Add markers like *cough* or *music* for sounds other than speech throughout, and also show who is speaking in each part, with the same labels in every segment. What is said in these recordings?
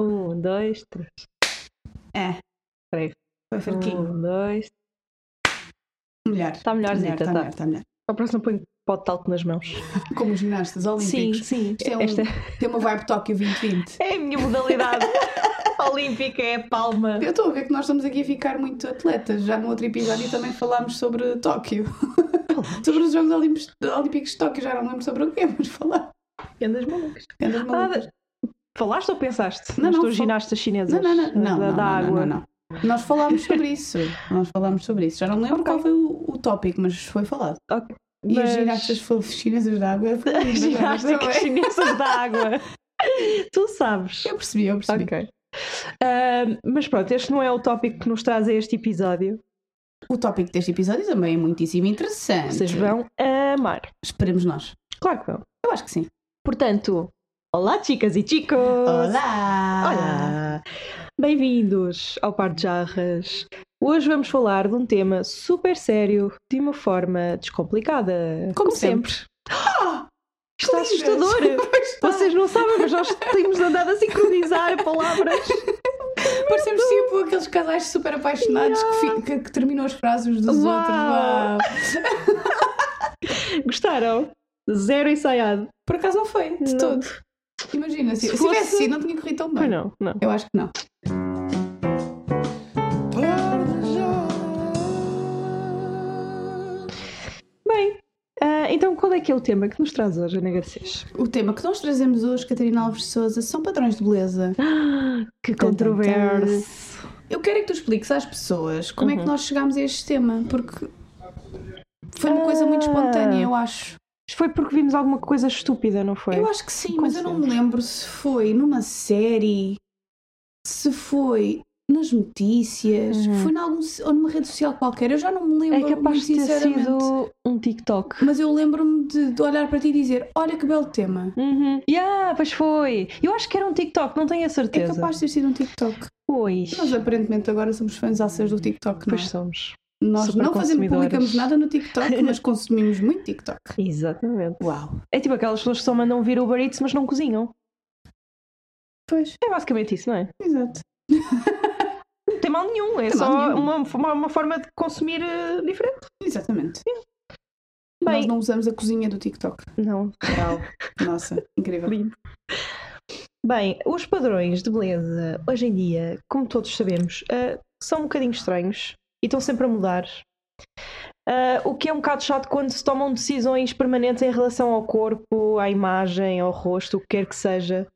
Speaker 1: Um, dois, três.
Speaker 2: É.
Speaker 1: Peraí.
Speaker 2: Foi fraquinho.
Speaker 1: Um, dois.
Speaker 2: Melhor.
Speaker 1: Está melhorzita,
Speaker 2: Está
Speaker 1: tá.
Speaker 2: melhor, está melhor.
Speaker 1: Para a próxima põe pó de talco nas mãos.
Speaker 2: Como os ginastas
Speaker 1: Sim,
Speaker 2: olímpicos.
Speaker 1: sim.
Speaker 2: Isto é um- *laughs*
Speaker 1: Esta
Speaker 2: Tem uma vibe Tóquio
Speaker 1: *laughs*
Speaker 2: 2020.
Speaker 1: é a minha *laughs* modalidade olímpica, é a palma.
Speaker 2: Eu estou a ver que nós estamos aqui a ficar muito atletas. Já no outro episódio também falámos
Speaker 1: *laughs*
Speaker 2: sobre Tóquio. sobre os Jogos Olímpicos, Olímpicos de Tóquio. Já não lembro sobre o que é, mas falar.
Speaker 1: Andas malucas.
Speaker 2: Andas malucas.
Speaker 1: Falaste ou pensaste?
Speaker 2: Ah, Não,
Speaker 1: Nas
Speaker 2: não,
Speaker 1: tuas
Speaker 2: fal-
Speaker 1: ginastas chinesas.
Speaker 2: Não, não,
Speaker 1: da-
Speaker 2: não, não,
Speaker 1: da,
Speaker 2: não, não,
Speaker 1: água.
Speaker 2: não, não. Nós falámos sobre isso. Nós falámos sobre isso. Já não me lembro
Speaker 1: Ok.
Speaker 2: qual foi o, o tópico, mas foi falado.
Speaker 1: Ok.
Speaker 2: E
Speaker 1: Mas-
Speaker 2: as ginastas fo- chinesas de água.
Speaker 1: *laughs* As
Speaker 2: *laughs*
Speaker 1: ginásticas
Speaker 2: Também.
Speaker 1: chinesas da água. tu sabes.
Speaker 2: Eu percebi, eu percebi.
Speaker 1: Ok. Ahm, mas pronto, este não é o tópico que nos traz a este episódio.
Speaker 2: O tópico deste episódio também é muitíssimo interessante.
Speaker 1: Vocês vão amar.
Speaker 2: Esperemos nós.
Speaker 1: Claro que vão.
Speaker 2: Eu acho que sim.
Speaker 1: Portanto, olá chicas e chicos!
Speaker 2: Olá!
Speaker 1: Olá! Bem-vindos ao Par de Jarras. Hoje vamos falar de um tema super sério, de uma forma descomplicada.
Speaker 2: Como
Speaker 1: *gasps*
Speaker 2: Ah,
Speaker 1: Está
Speaker 2: que lindas.
Speaker 1: é assustador! Vocês não sabem, mas nós temos andado a
Speaker 2: *laughs*
Speaker 1: sincronizar palavras.
Speaker 2: Parecemos tipo aqueles casais super apaixonados que, fi- que- que terminam as frases dos
Speaker 1: Uau.
Speaker 2: outros. Uau.
Speaker 1: Gostaram? Zero ensaiado.
Speaker 2: Por acaso não foi, de
Speaker 1: Não.
Speaker 2: todo. Imagina, se,
Speaker 1: Se
Speaker 2: se
Speaker 1: fosse-
Speaker 2: tivesse sido, não tinha corrido tão
Speaker 1: Pois
Speaker 2: bem.
Speaker 1: não, não.
Speaker 2: Eu acho que não.
Speaker 1: Bem, ah, então qual é que é o tema que nos traz hoje, Ana Garcês?
Speaker 2: O tema que nós trazemos hoje, Catarina Alves Souza, são padrões de beleza.
Speaker 1: Que
Speaker 2: Tum, tum, tum.
Speaker 1: controverso!
Speaker 2: Eu quero é que tu expliques às pessoas como é que nós chegámos a este tema, porque foi uma coisa muito
Speaker 1: Ah.
Speaker 2: espontânea, eu acho.
Speaker 1: Isto Foi porque vimos alguma coisa estúpida, não foi?
Speaker 2: Eu acho que sim, mas eu não me lembro se foi numa série, se foi nas notícias,
Speaker 1: Uhum.
Speaker 2: foi em algum, ou numa rede social qualquer. Eu já não me
Speaker 1: É
Speaker 2: lembro,
Speaker 1: capaz
Speaker 2: muito
Speaker 1: de ter
Speaker 2: sinceramente.
Speaker 1: sido um TikTok.
Speaker 2: Mas eu lembro-me de, de olhar para ti e dizer: Olha que belo tema.
Speaker 1: Uhum. Yeah, pois foi. Eu acho que era um TikTok, não tenho a
Speaker 2: É
Speaker 1: certeza.
Speaker 2: capaz de ter sido um TikTok.
Speaker 1: Pois.
Speaker 2: Nós aparentemente agora somos fãs assas do TikTok, não é?
Speaker 1: Pois somos.
Speaker 2: Nós
Speaker 1: super
Speaker 2: não fazemos,
Speaker 1: consumidoras.
Speaker 2: publicamos nada no TikTok, mas consumimos muito TikTok.
Speaker 1: Exatamente.
Speaker 2: Uau!
Speaker 1: É tipo aquelas pessoas que só mandam vir Uber Eats, mas não cozinham.
Speaker 2: Pois,
Speaker 1: É basicamente isso, não é?
Speaker 2: exato.
Speaker 1: Não tem mal nenhum. É
Speaker 2: Tem mal
Speaker 1: só
Speaker 2: nenhum.
Speaker 1: uma, uma, uma forma de consumir eh, diferente.
Speaker 2: Exatamente. Nós
Speaker 1: Bem,
Speaker 2: não usamos a cozinha do TikTok.
Speaker 1: não.
Speaker 2: Uau!
Speaker 1: *laughs*
Speaker 2: Nossa, incrível.
Speaker 1: Lindo. Bem, os padrões de beleza hoje em dia, como todos sabemos, ah, são um bocadinho estranhos e estão sempre a mudar. Ah, o que é um bocado chato quando se tomam decisões permanentes em relação ao corpo, à imagem, ao rosto, o que quer que seja,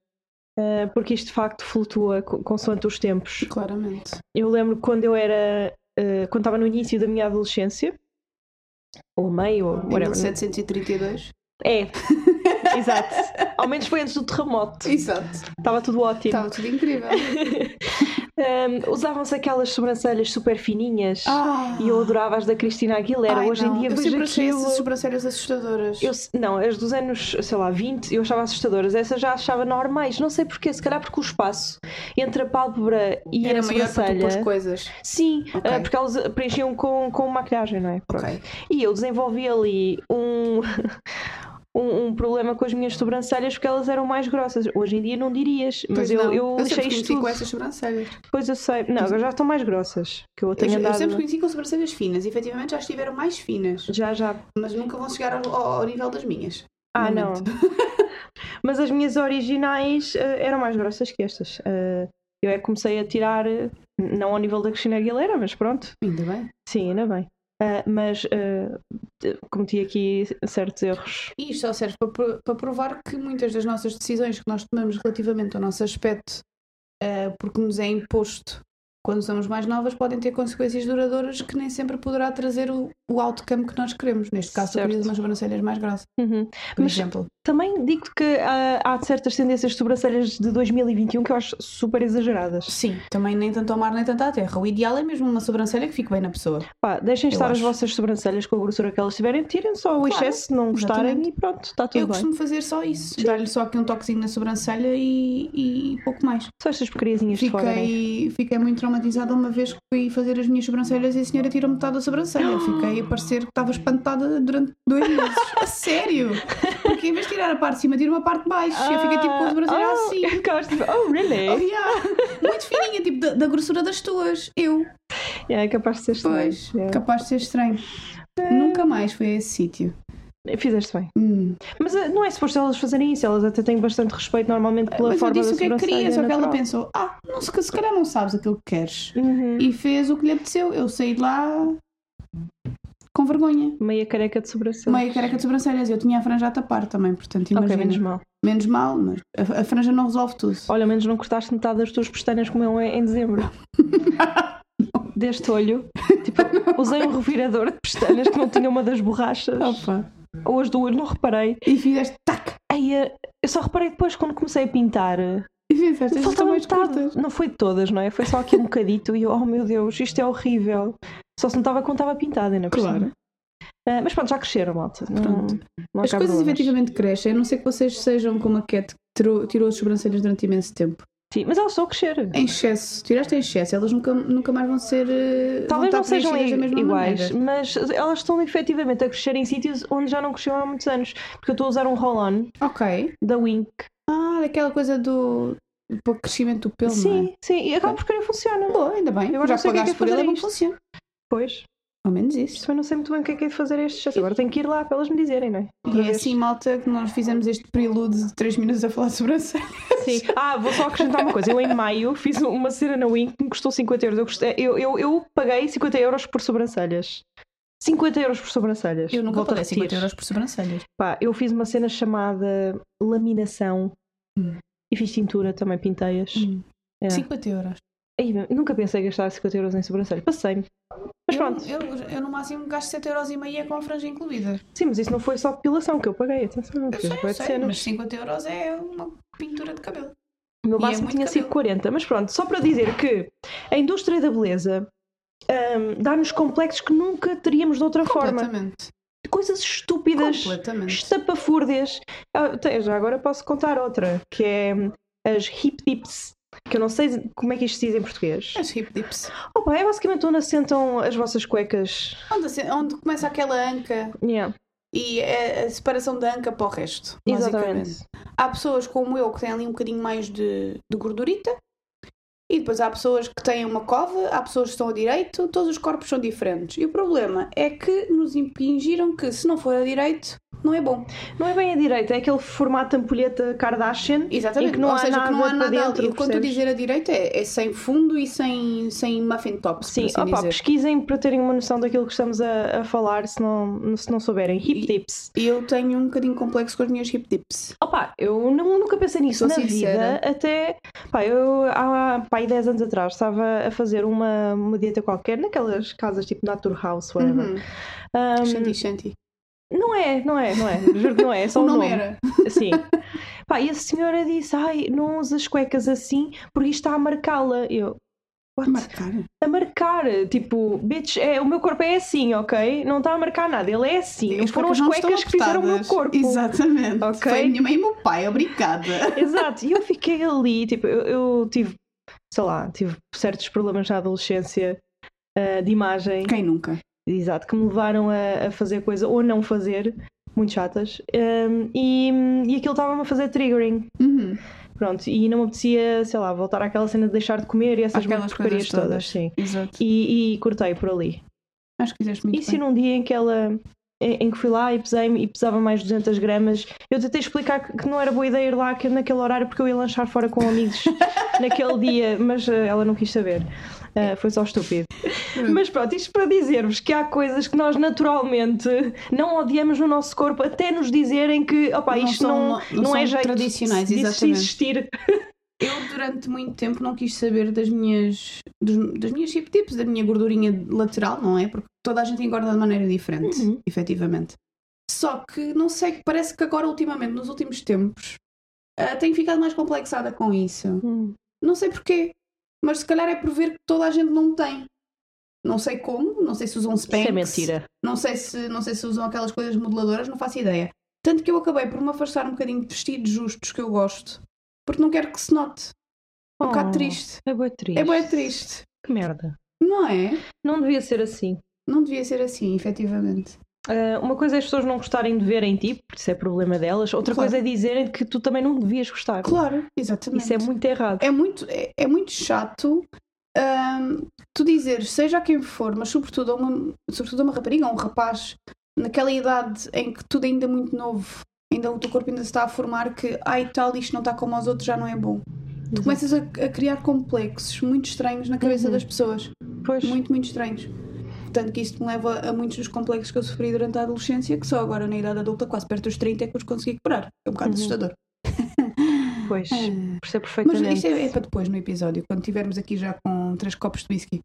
Speaker 1: Ah, porque isto de facto flutua co- consoante os tempos.
Speaker 2: Claramente.
Speaker 1: Eu lembro quando eu era, ah, quando estava no início da minha adolescência, ou meio, ou
Speaker 2: Em
Speaker 1: whatever.
Speaker 2: 1732.
Speaker 1: É, exato. Ao menos foi antes do terremoto.
Speaker 2: *laughs* Exato.
Speaker 1: Estava tudo ótimo.
Speaker 2: Estava
Speaker 1: *laughs*
Speaker 2: tudo incrível.
Speaker 1: Um, Usavam-se aquelas sobrancelhas super fininhas
Speaker 2: Ah.
Speaker 1: e eu adorava as da Cristina Aguilera.
Speaker 2: Ai,
Speaker 1: Hoje
Speaker 2: não.
Speaker 1: em dia
Speaker 2: eu
Speaker 1: vejo
Speaker 2: sempre achei
Speaker 1: aquilo.
Speaker 2: essas sobrancelhas assustadoras.
Speaker 1: Eu se- não, as dos anos, sei lá, 20 eu achava assustadoras. Essas já achava normais. Não sei porquê. Se calhar porque o espaço entre a pálpebra e
Speaker 2: Era
Speaker 1: a
Speaker 2: maior para tu
Speaker 1: sobrancelha.
Speaker 2: pôr as coisas.
Speaker 1: Sim,
Speaker 2: Ok.
Speaker 1: ah, porque elas preenchiam com, com maquilhagem, não é? Pronto.
Speaker 2: Ok.
Speaker 1: E eu desenvolvi ali um, *laughs* um, um problema com as minhas sobrancelhas porque elas eram mais grossas. Hoje em dia não dirias, mas
Speaker 2: Pois
Speaker 1: eu,
Speaker 2: não.
Speaker 1: eu
Speaker 2: sempre
Speaker 1: lixei
Speaker 2: te
Speaker 1: isto
Speaker 2: conheci com
Speaker 1: tudo.
Speaker 2: essas sobrancelhas.
Speaker 1: Pois eu sei. Não, agora já estão mais grossas. Que eu
Speaker 2: Eu,
Speaker 1: tenho
Speaker 2: eu
Speaker 1: andado.
Speaker 2: sempre te conheci com sobrancelhas finas. e, Efetivamente já estiveram mais finas.
Speaker 1: Já, já.
Speaker 2: Mas nunca vão chegar ao, ao- ao nível das minhas.
Speaker 1: Ah,
Speaker 2: *laughs*
Speaker 1: não.
Speaker 2: Lamento.
Speaker 1: Mas as minhas originais eh, eram mais grossas que estas. Eh, eu é que comecei a tirar, eh, não ao nível da Cristina Aguilera, mas pronto.
Speaker 2: Ainda bem.
Speaker 1: Sim, ainda bem. Eh, mas eh, te- cometi aqui certos erros.
Speaker 2: E isto só serve para, pro- para provar que muitas das nossas decisões que nós tomamos relativamente ao nosso aspecto, ah, porque nos é imposto quando somos mais novas, podem ter consequências duradouras que nem sempre poderá trazer o, o outcome que nós queremos. Neste caso, tu
Speaker 1: Certo.
Speaker 2: querias umas sobrancelhas mais grossas,
Speaker 1: Uhum.
Speaker 2: por
Speaker 1: Mas-
Speaker 2: exemplo.
Speaker 1: Também digo que ah, há certas tendências de sobrancelhas de 2021 que eu acho super exageradas.
Speaker 2: Sim, também nem tanto ao mar nem tanto à terra. O ideal é mesmo uma sobrancelha que fique bem na pessoa.
Speaker 1: Pá, deixem
Speaker 2: Eu
Speaker 1: estar as
Speaker 2: acho.
Speaker 1: vossas sobrancelhas com a grossura que elas tiverem, tirem só o
Speaker 2: Claro,
Speaker 1: excesso, se não gostarem
Speaker 2: exatamente.
Speaker 1: e pronto, está tudo
Speaker 2: Eu
Speaker 1: bem.
Speaker 2: costumo fazer só isso, dar-lhe só aqui um toquezinho na sobrancelha e, e pouco mais.
Speaker 1: Só estas porcariazinhas de fora, né?
Speaker 2: Fiquei, fiquei muito traumatizada uma vez que fui fazer as minhas sobrancelhas e a senhora tirou metade da
Speaker 1: *gasps*
Speaker 2: sobrancelha. Fiquei a parecer que estava espantada durante dois meses. a sério! Porque em vez de tirar a parte de cima, tira uma parte de baixo. eu fiquei tipo com a sobrancelha
Speaker 1: Ah,
Speaker 2: assim.
Speaker 1: fininha. Ficavas tipo, oh, really?
Speaker 2: *laughs* Oh, yeah. Muito fininha, tipo da, da grossura das tuas. Eu,
Speaker 1: É capaz de ser estranho.
Speaker 2: Oh. pois, capaz de ser estranho. Nunca mais foi a esse sítio.
Speaker 1: É. Fizeste bem.
Speaker 2: Hum.
Speaker 1: Mas eh, não é suposto elas fazerem isso, elas até têm bastante respeito normalmente pela
Speaker 2: Mas eu
Speaker 1: forma
Speaker 2: disse o
Speaker 1: da
Speaker 2: que é que
Speaker 1: sobrancelha
Speaker 2: queria, só que ela
Speaker 1: natural.
Speaker 2: pensou: ah, não, se, se calhar não sabes aquilo que queres.
Speaker 1: Uhum.
Speaker 2: E fez o que lhe apeteceu. Eu saí de lá com vergonha.
Speaker 1: Meia careca de sobrancelha.
Speaker 2: Meia careca de sobrancelhas. Eu tinha a franja a tapar também, portanto, imagina.
Speaker 1: Então, Ok, menos mal.
Speaker 2: Menos mal, mas a, a franja não resolve tudo.
Speaker 1: Olha, ao menos não cortaste metade das tuas pestanas como eu em em
Speaker 2: *laughs*
Speaker 1: dezembro. Deste olho, tipo,
Speaker 2: *laughs*
Speaker 1: usei um revirador de pestanas que não tinha uma das borrachas.
Speaker 2: *laughs* Opa.
Speaker 1: Ou as duas, não reparei.
Speaker 2: E fizeste tac!
Speaker 1: Aí, eh, eu só reparei depois quando comecei a pintar.
Speaker 2: E fizeste estas
Speaker 1: Faltava
Speaker 2: são mais
Speaker 1: metade.
Speaker 2: curtas.
Speaker 1: Não foi de todas, não é? Foi só aqui um bocadito e eu, oh meu Deus, isto é horrível. Só se notava quando estava pintada, ainda por
Speaker 2: Claro.
Speaker 1: cima. Ah, mas pronto, já cresceram, malta. Não-
Speaker 2: Pronto.
Speaker 1: não
Speaker 2: As
Speaker 1: há cá
Speaker 2: coisas
Speaker 1: problemas.
Speaker 2: efetivamente crescem, a não ser que vocês sejam como a Cat que tirou, tirou as sobrancelhas durante imenso tempo.
Speaker 1: Sim, mas elas estão a crescer.
Speaker 2: Em excesso, tiraste em excesso, elas nunca, nunca mais vão ser. eh, vão
Speaker 1: Talvez
Speaker 2: estar
Speaker 1: não sejam
Speaker 2: preenchidas da mesma
Speaker 1: iguais,
Speaker 2: maneira.
Speaker 1: mas elas estão efetivamente a crescer em sítios onde já não cresceu há muitos anos. Porque eu estou a usar um roll-on
Speaker 2: Ok.
Speaker 1: da Wink.
Speaker 2: Ah, aquela coisa do. do pouco crescimento do pelo. não
Speaker 1: sim,
Speaker 2: é?
Speaker 1: sim, e acaba por não funciona.
Speaker 2: Boa, ainda bem.
Speaker 1: Agora
Speaker 2: Já
Speaker 1: não sei o que é que
Speaker 2: pagaste
Speaker 1: é
Speaker 2: por ele,
Speaker 1: fazer
Speaker 2: é bom que
Speaker 1: isto.
Speaker 2: funcione.
Speaker 1: Pois,
Speaker 2: Ao menos isso.
Speaker 1: eu não sei muito bem o que é que é de fazer este excesso. Agora tenho que ir lá para elas me dizerem, não é?
Speaker 2: E
Speaker 1: Outra
Speaker 2: é
Speaker 1: vez.
Speaker 2: assim, malta, que nós fizemos este prelude de 3 minutos a falar de sobrancelha.
Speaker 1: Sim. *laughs* Ah, vou só acrescentar uma coisa. Eu em maio fiz uma cena na Wink que me custou 50 euros. Eu, custei- eu, eu, eu paguei 50 euros por sobrancelhas. 50 euros por sobrancelhas.
Speaker 2: Eu nunca
Speaker 1: Volto a
Speaker 2: paguei 50
Speaker 1: repetir.
Speaker 2: euros por sobrancelhas.
Speaker 1: Pá, eu fiz uma cena chamada laminação.
Speaker 2: Hum.
Speaker 1: E fiz tintura também, pintei-as.
Speaker 2: Hum.
Speaker 1: É.
Speaker 2: 50 euros.
Speaker 1: Ai, meu, nunca pensei gastar 50 euros em sobrancelhas. Passei-me. Mas
Speaker 2: Eu-
Speaker 1: pronto.
Speaker 2: Eu, eu no máximo gasto 7 euros e meia com a franja incluída.
Speaker 1: Sim, mas isso não foi só depilação que eu paguei. Atenção, eu
Speaker 2: Eu
Speaker 1: fiz
Speaker 2: sei,
Speaker 1: bué
Speaker 2: eu
Speaker 1: de
Speaker 2: sei,
Speaker 1: cenas.
Speaker 2: mas 50 euros é uma pintura de cabelo.
Speaker 1: O meu
Speaker 2: E é
Speaker 1: máximo
Speaker 2: muito
Speaker 1: tinha sido
Speaker 2: cabelo.
Speaker 1: 40. Mas pronto, só para dizer que a indústria da beleza hum, dá-nos complexos que nunca teríamos de outra forma.
Speaker 2: Completamente.
Speaker 1: Coisas estúpidas,
Speaker 2: Completamente.
Speaker 1: estapafúrdias. Ah, tem- já agora posso contar outra, que é hum, as hip dips. Que eu não sei como é que isto se diz em português.
Speaker 2: As hip dips.
Speaker 1: Opa, é basicamente onde assentam as vossas cuecas.
Speaker 2: Onde, se- onde começa aquela anca
Speaker 1: Yeah,
Speaker 2: e é a separação da anca para o resto. basicamente.
Speaker 1: exatamente.
Speaker 2: Há pessoas como eu que têm ali um bocadinho mais de, de gordurita. E depois há pessoas que têm uma cova, há pessoas que estão a direito, todos os corpos são diferentes. E o problema é que nos impingiram que se não for a direito, não é bom.
Speaker 1: Não é bem a direita, é aquele formato ampulheta Kardashian.
Speaker 2: Exatamente.
Speaker 1: Em que não
Speaker 2: Ou
Speaker 1: há
Speaker 2: seja, que não
Speaker 1: nada
Speaker 2: há
Speaker 1: para
Speaker 2: nada
Speaker 1: dentro,
Speaker 2: ali. E quando tu
Speaker 1: percebes?
Speaker 2: dizer a direito é, é sem fundo e sem, sem muffin tops,
Speaker 1: Sim,
Speaker 2: Sim, assim
Speaker 1: opa,
Speaker 2: dizer.
Speaker 1: pesquisem para terem uma noção daquilo que estamos a, a falar, se não, se não souberem. Hip
Speaker 2: E-
Speaker 1: dips.
Speaker 2: E eu tenho um bocadinho complexo com as minhas hip dips.
Speaker 1: Opa, eu não- nunca pensei nisso
Speaker 2: Sou
Speaker 1: na
Speaker 2: sincera.
Speaker 1: vida, até. Pá, eu há pá, aí 10 anos atrás estava a fazer uma, uma dieta qualquer, naquelas casas tipo Nature House, whatever. Um,
Speaker 2: Uhum.
Speaker 1: Ahm,
Speaker 2: Shanti, shanti.
Speaker 1: não é, não é, não é. Juro que não
Speaker 2: *laughs*
Speaker 1: é, é só
Speaker 2: o
Speaker 1: um
Speaker 2: nome
Speaker 1: nome.
Speaker 2: era.
Speaker 1: *laughs* Sim. Pá, e a senhora disse: Ai, não usa as cuecas assim porque isto está a marcá-la. Eu. What?
Speaker 2: Marcar.
Speaker 1: A marcar, tipo, bitch, é, o meu corpo é assim, ok? Não está a marcar nada, ele é assim.
Speaker 2: As
Speaker 1: Foram as
Speaker 2: não estão
Speaker 1: cuecas que fizeram o meu
Speaker 2: apertadas.
Speaker 1: corpo.
Speaker 2: Exatamente.
Speaker 1: Ok.
Speaker 2: Foi a minha mãe e o meu pai, obrigada.
Speaker 1: Exato. E eu fiquei ali, tipo, eu, eu tive, sei lá, tive certos problemas na adolescência ah, de imagem.
Speaker 2: Quem nunca?
Speaker 1: Exato, que me levaram a, a fazer coisa ou não fazer, muito chatas. Ahm, e, e aquilo estava-me a fazer triggering.
Speaker 2: Uhum.
Speaker 1: Pronto, e não me apetecia, sei lá, voltar àquela cena de deixar de comer e essas
Speaker 2: Aquelas
Speaker 1: porcarias
Speaker 2: coisas
Speaker 1: todas.
Speaker 2: todas.
Speaker 1: sim.
Speaker 2: Exato.
Speaker 1: E, e cortei por ali.
Speaker 2: Acho que fizeste muito
Speaker 1: Isso e
Speaker 2: bem.
Speaker 1: num dia em que ela. Em em que fui lá e pesei-me e pesava mais 200 gramas. Eu tentei explicar que que não era boa ideia ir lá que- naquele horário porque eu ia lanchar fora com
Speaker 2: *laughs*
Speaker 1: amigos naquele dia, mas eh, ela não quis saber. Eh, foi só estúpido.
Speaker 2: Hum.
Speaker 1: Mas pronto, isto para dizer-vos que há coisas que nós naturalmente não odiamos no nosso corpo, até nos dizerem que opa,
Speaker 2: Não
Speaker 1: isto
Speaker 2: são-
Speaker 1: não,
Speaker 2: não
Speaker 1: não é
Speaker 2: são
Speaker 1: jeito de-
Speaker 2: tradicionais,
Speaker 1: de se
Speaker 2: exatamente.
Speaker 1: existir.
Speaker 2: Eu durante muito tempo não quis saber das minhas dos- das minhas hip tips, da minha gordurinha lateral, não é? Porque toda a gente engorda de maneira diferente,
Speaker 1: Uhum.
Speaker 2: efetivamente. Só que não sei, parece que agora ultimamente, nos últimos tempos, ah, tenho ficado mais complexada com isso. Não sei porquê, mas se calhar é por ver que toda a gente não tem. Não sei como, não sei se usam
Speaker 1: Isso
Speaker 2: Spanx.
Speaker 1: é mentira.
Speaker 2: Não sei se, não sei se usam aquelas coisas modeladoras, não faço ideia. Tanto que eu acabei por me afastar um bocadinho de vestidos justos que eu gosto, porque não quero que se note. É um bocado triste.
Speaker 1: É boa triste.
Speaker 2: É bem triste.
Speaker 1: Que merda.
Speaker 2: Não é?
Speaker 1: Não devia ser assim.
Speaker 2: Não devia ser assim, efetivamente.
Speaker 1: ah, uma coisa é as pessoas não gostarem de ver em ti, porque isso é problema delas. Outra
Speaker 2: Claro.
Speaker 1: coisa é dizerem que tu também não devias gostar.
Speaker 2: Claro, exatamente.
Speaker 1: Isso é muito errado.
Speaker 2: é muito, é, é muito chato hum, tu dizeres, seja a quem for, mas sobretudo a uma, sobretudo a uma rapariga, a um rapaz, naquela idade em que tudo ainda é muito novo, ainda o teu corpo ainda se está a formar, que ai tal, isto não está como aos outros, já não é bom. Tu começas a, a criar complexos muito estranhos na cabeça
Speaker 1: Uhum.
Speaker 2: das pessoas.
Speaker 1: Pois.
Speaker 2: Muito, muito estranhos. Tanto que isto me leva a muitos dos complexos que eu sofri durante a adolescência, que só agora na idade adulta, quase perto dos 30, é que os consegui quebrar. É um bocado
Speaker 1: Uhum.
Speaker 2: assustador.
Speaker 1: Pois, percebo
Speaker 2: Ah. Mas
Speaker 1: perfeitamente.
Speaker 2: isto é, é para depois no episódio, quando tivermos aqui já com três copos de whisky.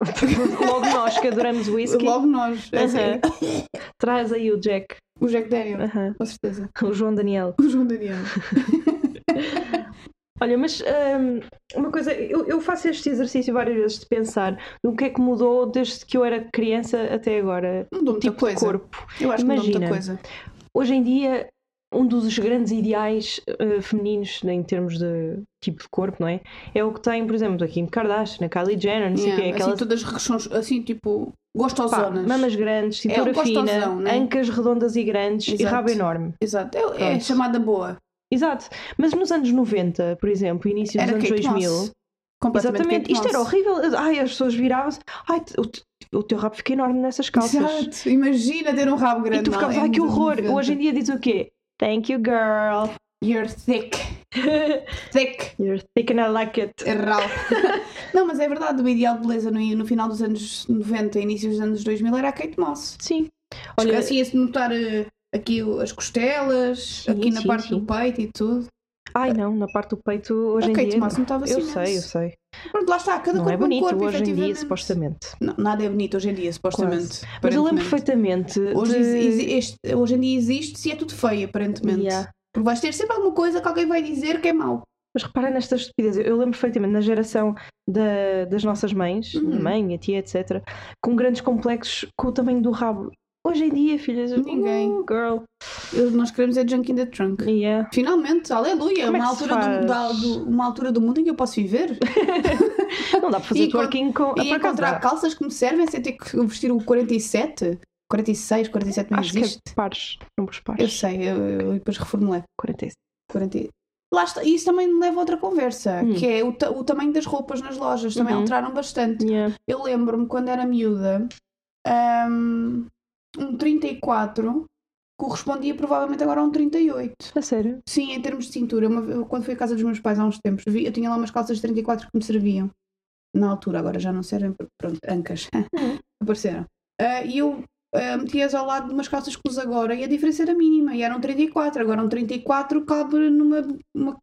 Speaker 1: *laughs* Logo nós que adoramos whisky,
Speaker 2: é- Logo nós. é
Speaker 1: Aham.
Speaker 2: assim,
Speaker 1: traz aí o Jack,
Speaker 2: o Jack Daniel,
Speaker 1: Aham.
Speaker 2: com certeza.
Speaker 1: o João Daniel.
Speaker 2: O João Daniel.
Speaker 1: Olha, mas hum, uma coisa, eu, eu faço este exercício várias vezes de pensar no que é que mudou desde que eu era criança até agora.
Speaker 2: Mudou
Speaker 1: O
Speaker 2: muita
Speaker 1: tipo
Speaker 2: coisa.
Speaker 1: de corpo.
Speaker 2: Eu acho que mudou muita
Speaker 1: Imagina.
Speaker 2: coisa.
Speaker 1: Hoje em dia, um dos grandes ideais eh, femininos em termos de tipo de corpo, não é? É o que tem, por exemplo, aqui em Kardashian, a Kylie Jenner, não sei o
Speaker 2: Yeah,
Speaker 1: quê,
Speaker 2: Assim,
Speaker 1: aquelas
Speaker 2: todas regressões, assim, tipo, gosto aos
Speaker 1: pá,
Speaker 2: zonas.
Speaker 1: mamas grandes,
Speaker 2: É o
Speaker 1: cintura fina,
Speaker 2: gostosão, né?
Speaker 1: ancas redondas e grandes e
Speaker 2: Exato.
Speaker 1: rabo enorme.
Speaker 2: Exato. É, é
Speaker 1: Pronto.
Speaker 2: chamada boa.
Speaker 1: Exato. Mas nos anos 90, por exemplo, início dos
Speaker 2: Era
Speaker 1: anos
Speaker 2: Kate
Speaker 1: 2000.
Speaker 2: Moss. Completamente
Speaker 1: Exatamente,
Speaker 2: Kate
Speaker 1: isto era
Speaker 2: Moss.
Speaker 1: horrível. Ai, as pessoas viravam-se. Ai, te- o, te- o teu rabo fica enorme nessas calças.
Speaker 2: Exato. Imagina ter um rabo grande.
Speaker 1: E tu ficavas,
Speaker 2: mal. É
Speaker 1: ai que
Speaker 2: muito
Speaker 1: horror.
Speaker 2: horrível.
Speaker 1: Hoje em dia diz o quê? Thank you,
Speaker 2: *laughs*
Speaker 1: girl.
Speaker 2: You're thick. Thick.
Speaker 1: You're thick and I like it.
Speaker 2: Erral. *laughs* não, mas é verdade. O ideal de beleza no, no final dos anos 90, início dos anos 2000 era a Kate Moss.
Speaker 1: Sim.
Speaker 2: Olha,
Speaker 1: Olha,
Speaker 2: assim, ia-se notar eh, aqui o- as costelas,
Speaker 1: Sim,
Speaker 2: aqui na
Speaker 1: sim,
Speaker 2: parte
Speaker 1: sim.
Speaker 2: do peito e tudo.
Speaker 1: ai não, na parte do peito hoje
Speaker 2: a
Speaker 1: em
Speaker 2: Kate
Speaker 1: dia.
Speaker 2: Moss notava-se
Speaker 1: eu
Speaker 2: imenso.
Speaker 1: sei, eu sei.
Speaker 2: Pronto, lá está, cada
Speaker 1: Não
Speaker 2: corpo
Speaker 1: é bonito
Speaker 2: um corpo,
Speaker 1: hoje em dia,
Speaker 2: efetivamente.
Speaker 1: supostamente.
Speaker 2: Não, nada é bonito hoje em dia, supostamente.
Speaker 1: Mas eu lembro
Speaker 2: aparentemente.
Speaker 1: perfeitamente.
Speaker 2: Hoje,
Speaker 1: de...
Speaker 2: exi- exi- este- hoje em dia existe se é tudo feio, aparentemente.
Speaker 1: Yeah.
Speaker 2: Porque vais ter sempre alguma coisa que alguém vai dizer que é mau.
Speaker 1: Mas repara nesta estupidez, eu eu lembro perfeitamente na geração da- das nossas mães,
Speaker 2: Uhum.
Speaker 1: minha mãe, a tia, etc., com grandes complexos com o tamanho do rabo. Hoje em dia, filhas,
Speaker 2: Ninguém.
Speaker 1: uh, girl.
Speaker 2: Eu- Nós queremos é junk in the trunk.
Speaker 1: Yeah.
Speaker 2: Finalmente, aleluia,
Speaker 1: Como é
Speaker 2: uma,
Speaker 1: que se
Speaker 2: altura do,
Speaker 1: faz?
Speaker 2: da- do- uma altura do mundo em que eu posso viver
Speaker 1: Não dá para *laughs* fazer
Speaker 2: E encont-
Speaker 1: twerking com. Ah,
Speaker 2: e
Speaker 1: por acaso
Speaker 2: encontrar
Speaker 1: dá.
Speaker 2: calças que me servem sem ter que vestir o 47, 46, 47 não
Speaker 1: Acho
Speaker 2: existe.
Speaker 1: que é pares, números pares.
Speaker 2: Eu sei, eu, eu depois reformulei.
Speaker 1: 46.
Speaker 2: 40... Lá está, isso também me leva a outra conversa,
Speaker 1: Hum.
Speaker 2: que é o, ta- o tamanho das roupas nas lojas, também
Speaker 1: Uhum.
Speaker 2: alteraram bastante.
Speaker 1: Yeah.
Speaker 2: Eu lembro-me quando era miúda, um, um 34 correspondia provavelmente agora a um 38.
Speaker 1: A sério.
Speaker 2: Sim, em termos de cintura, uma ve- quando fui à casa dos meus pais há uns tempos, vi- eu tinha lá umas calças de 34 que me serviam. Na altura, agora já não servem, porque, pronto, ancas
Speaker 1: Hum.
Speaker 2: *laughs* apareceram. Ah, E eu ah, metia-as ao lado de umas calças que uso agora e a diferença era mínima, e eram 34. Agora um 34 cabe numa uma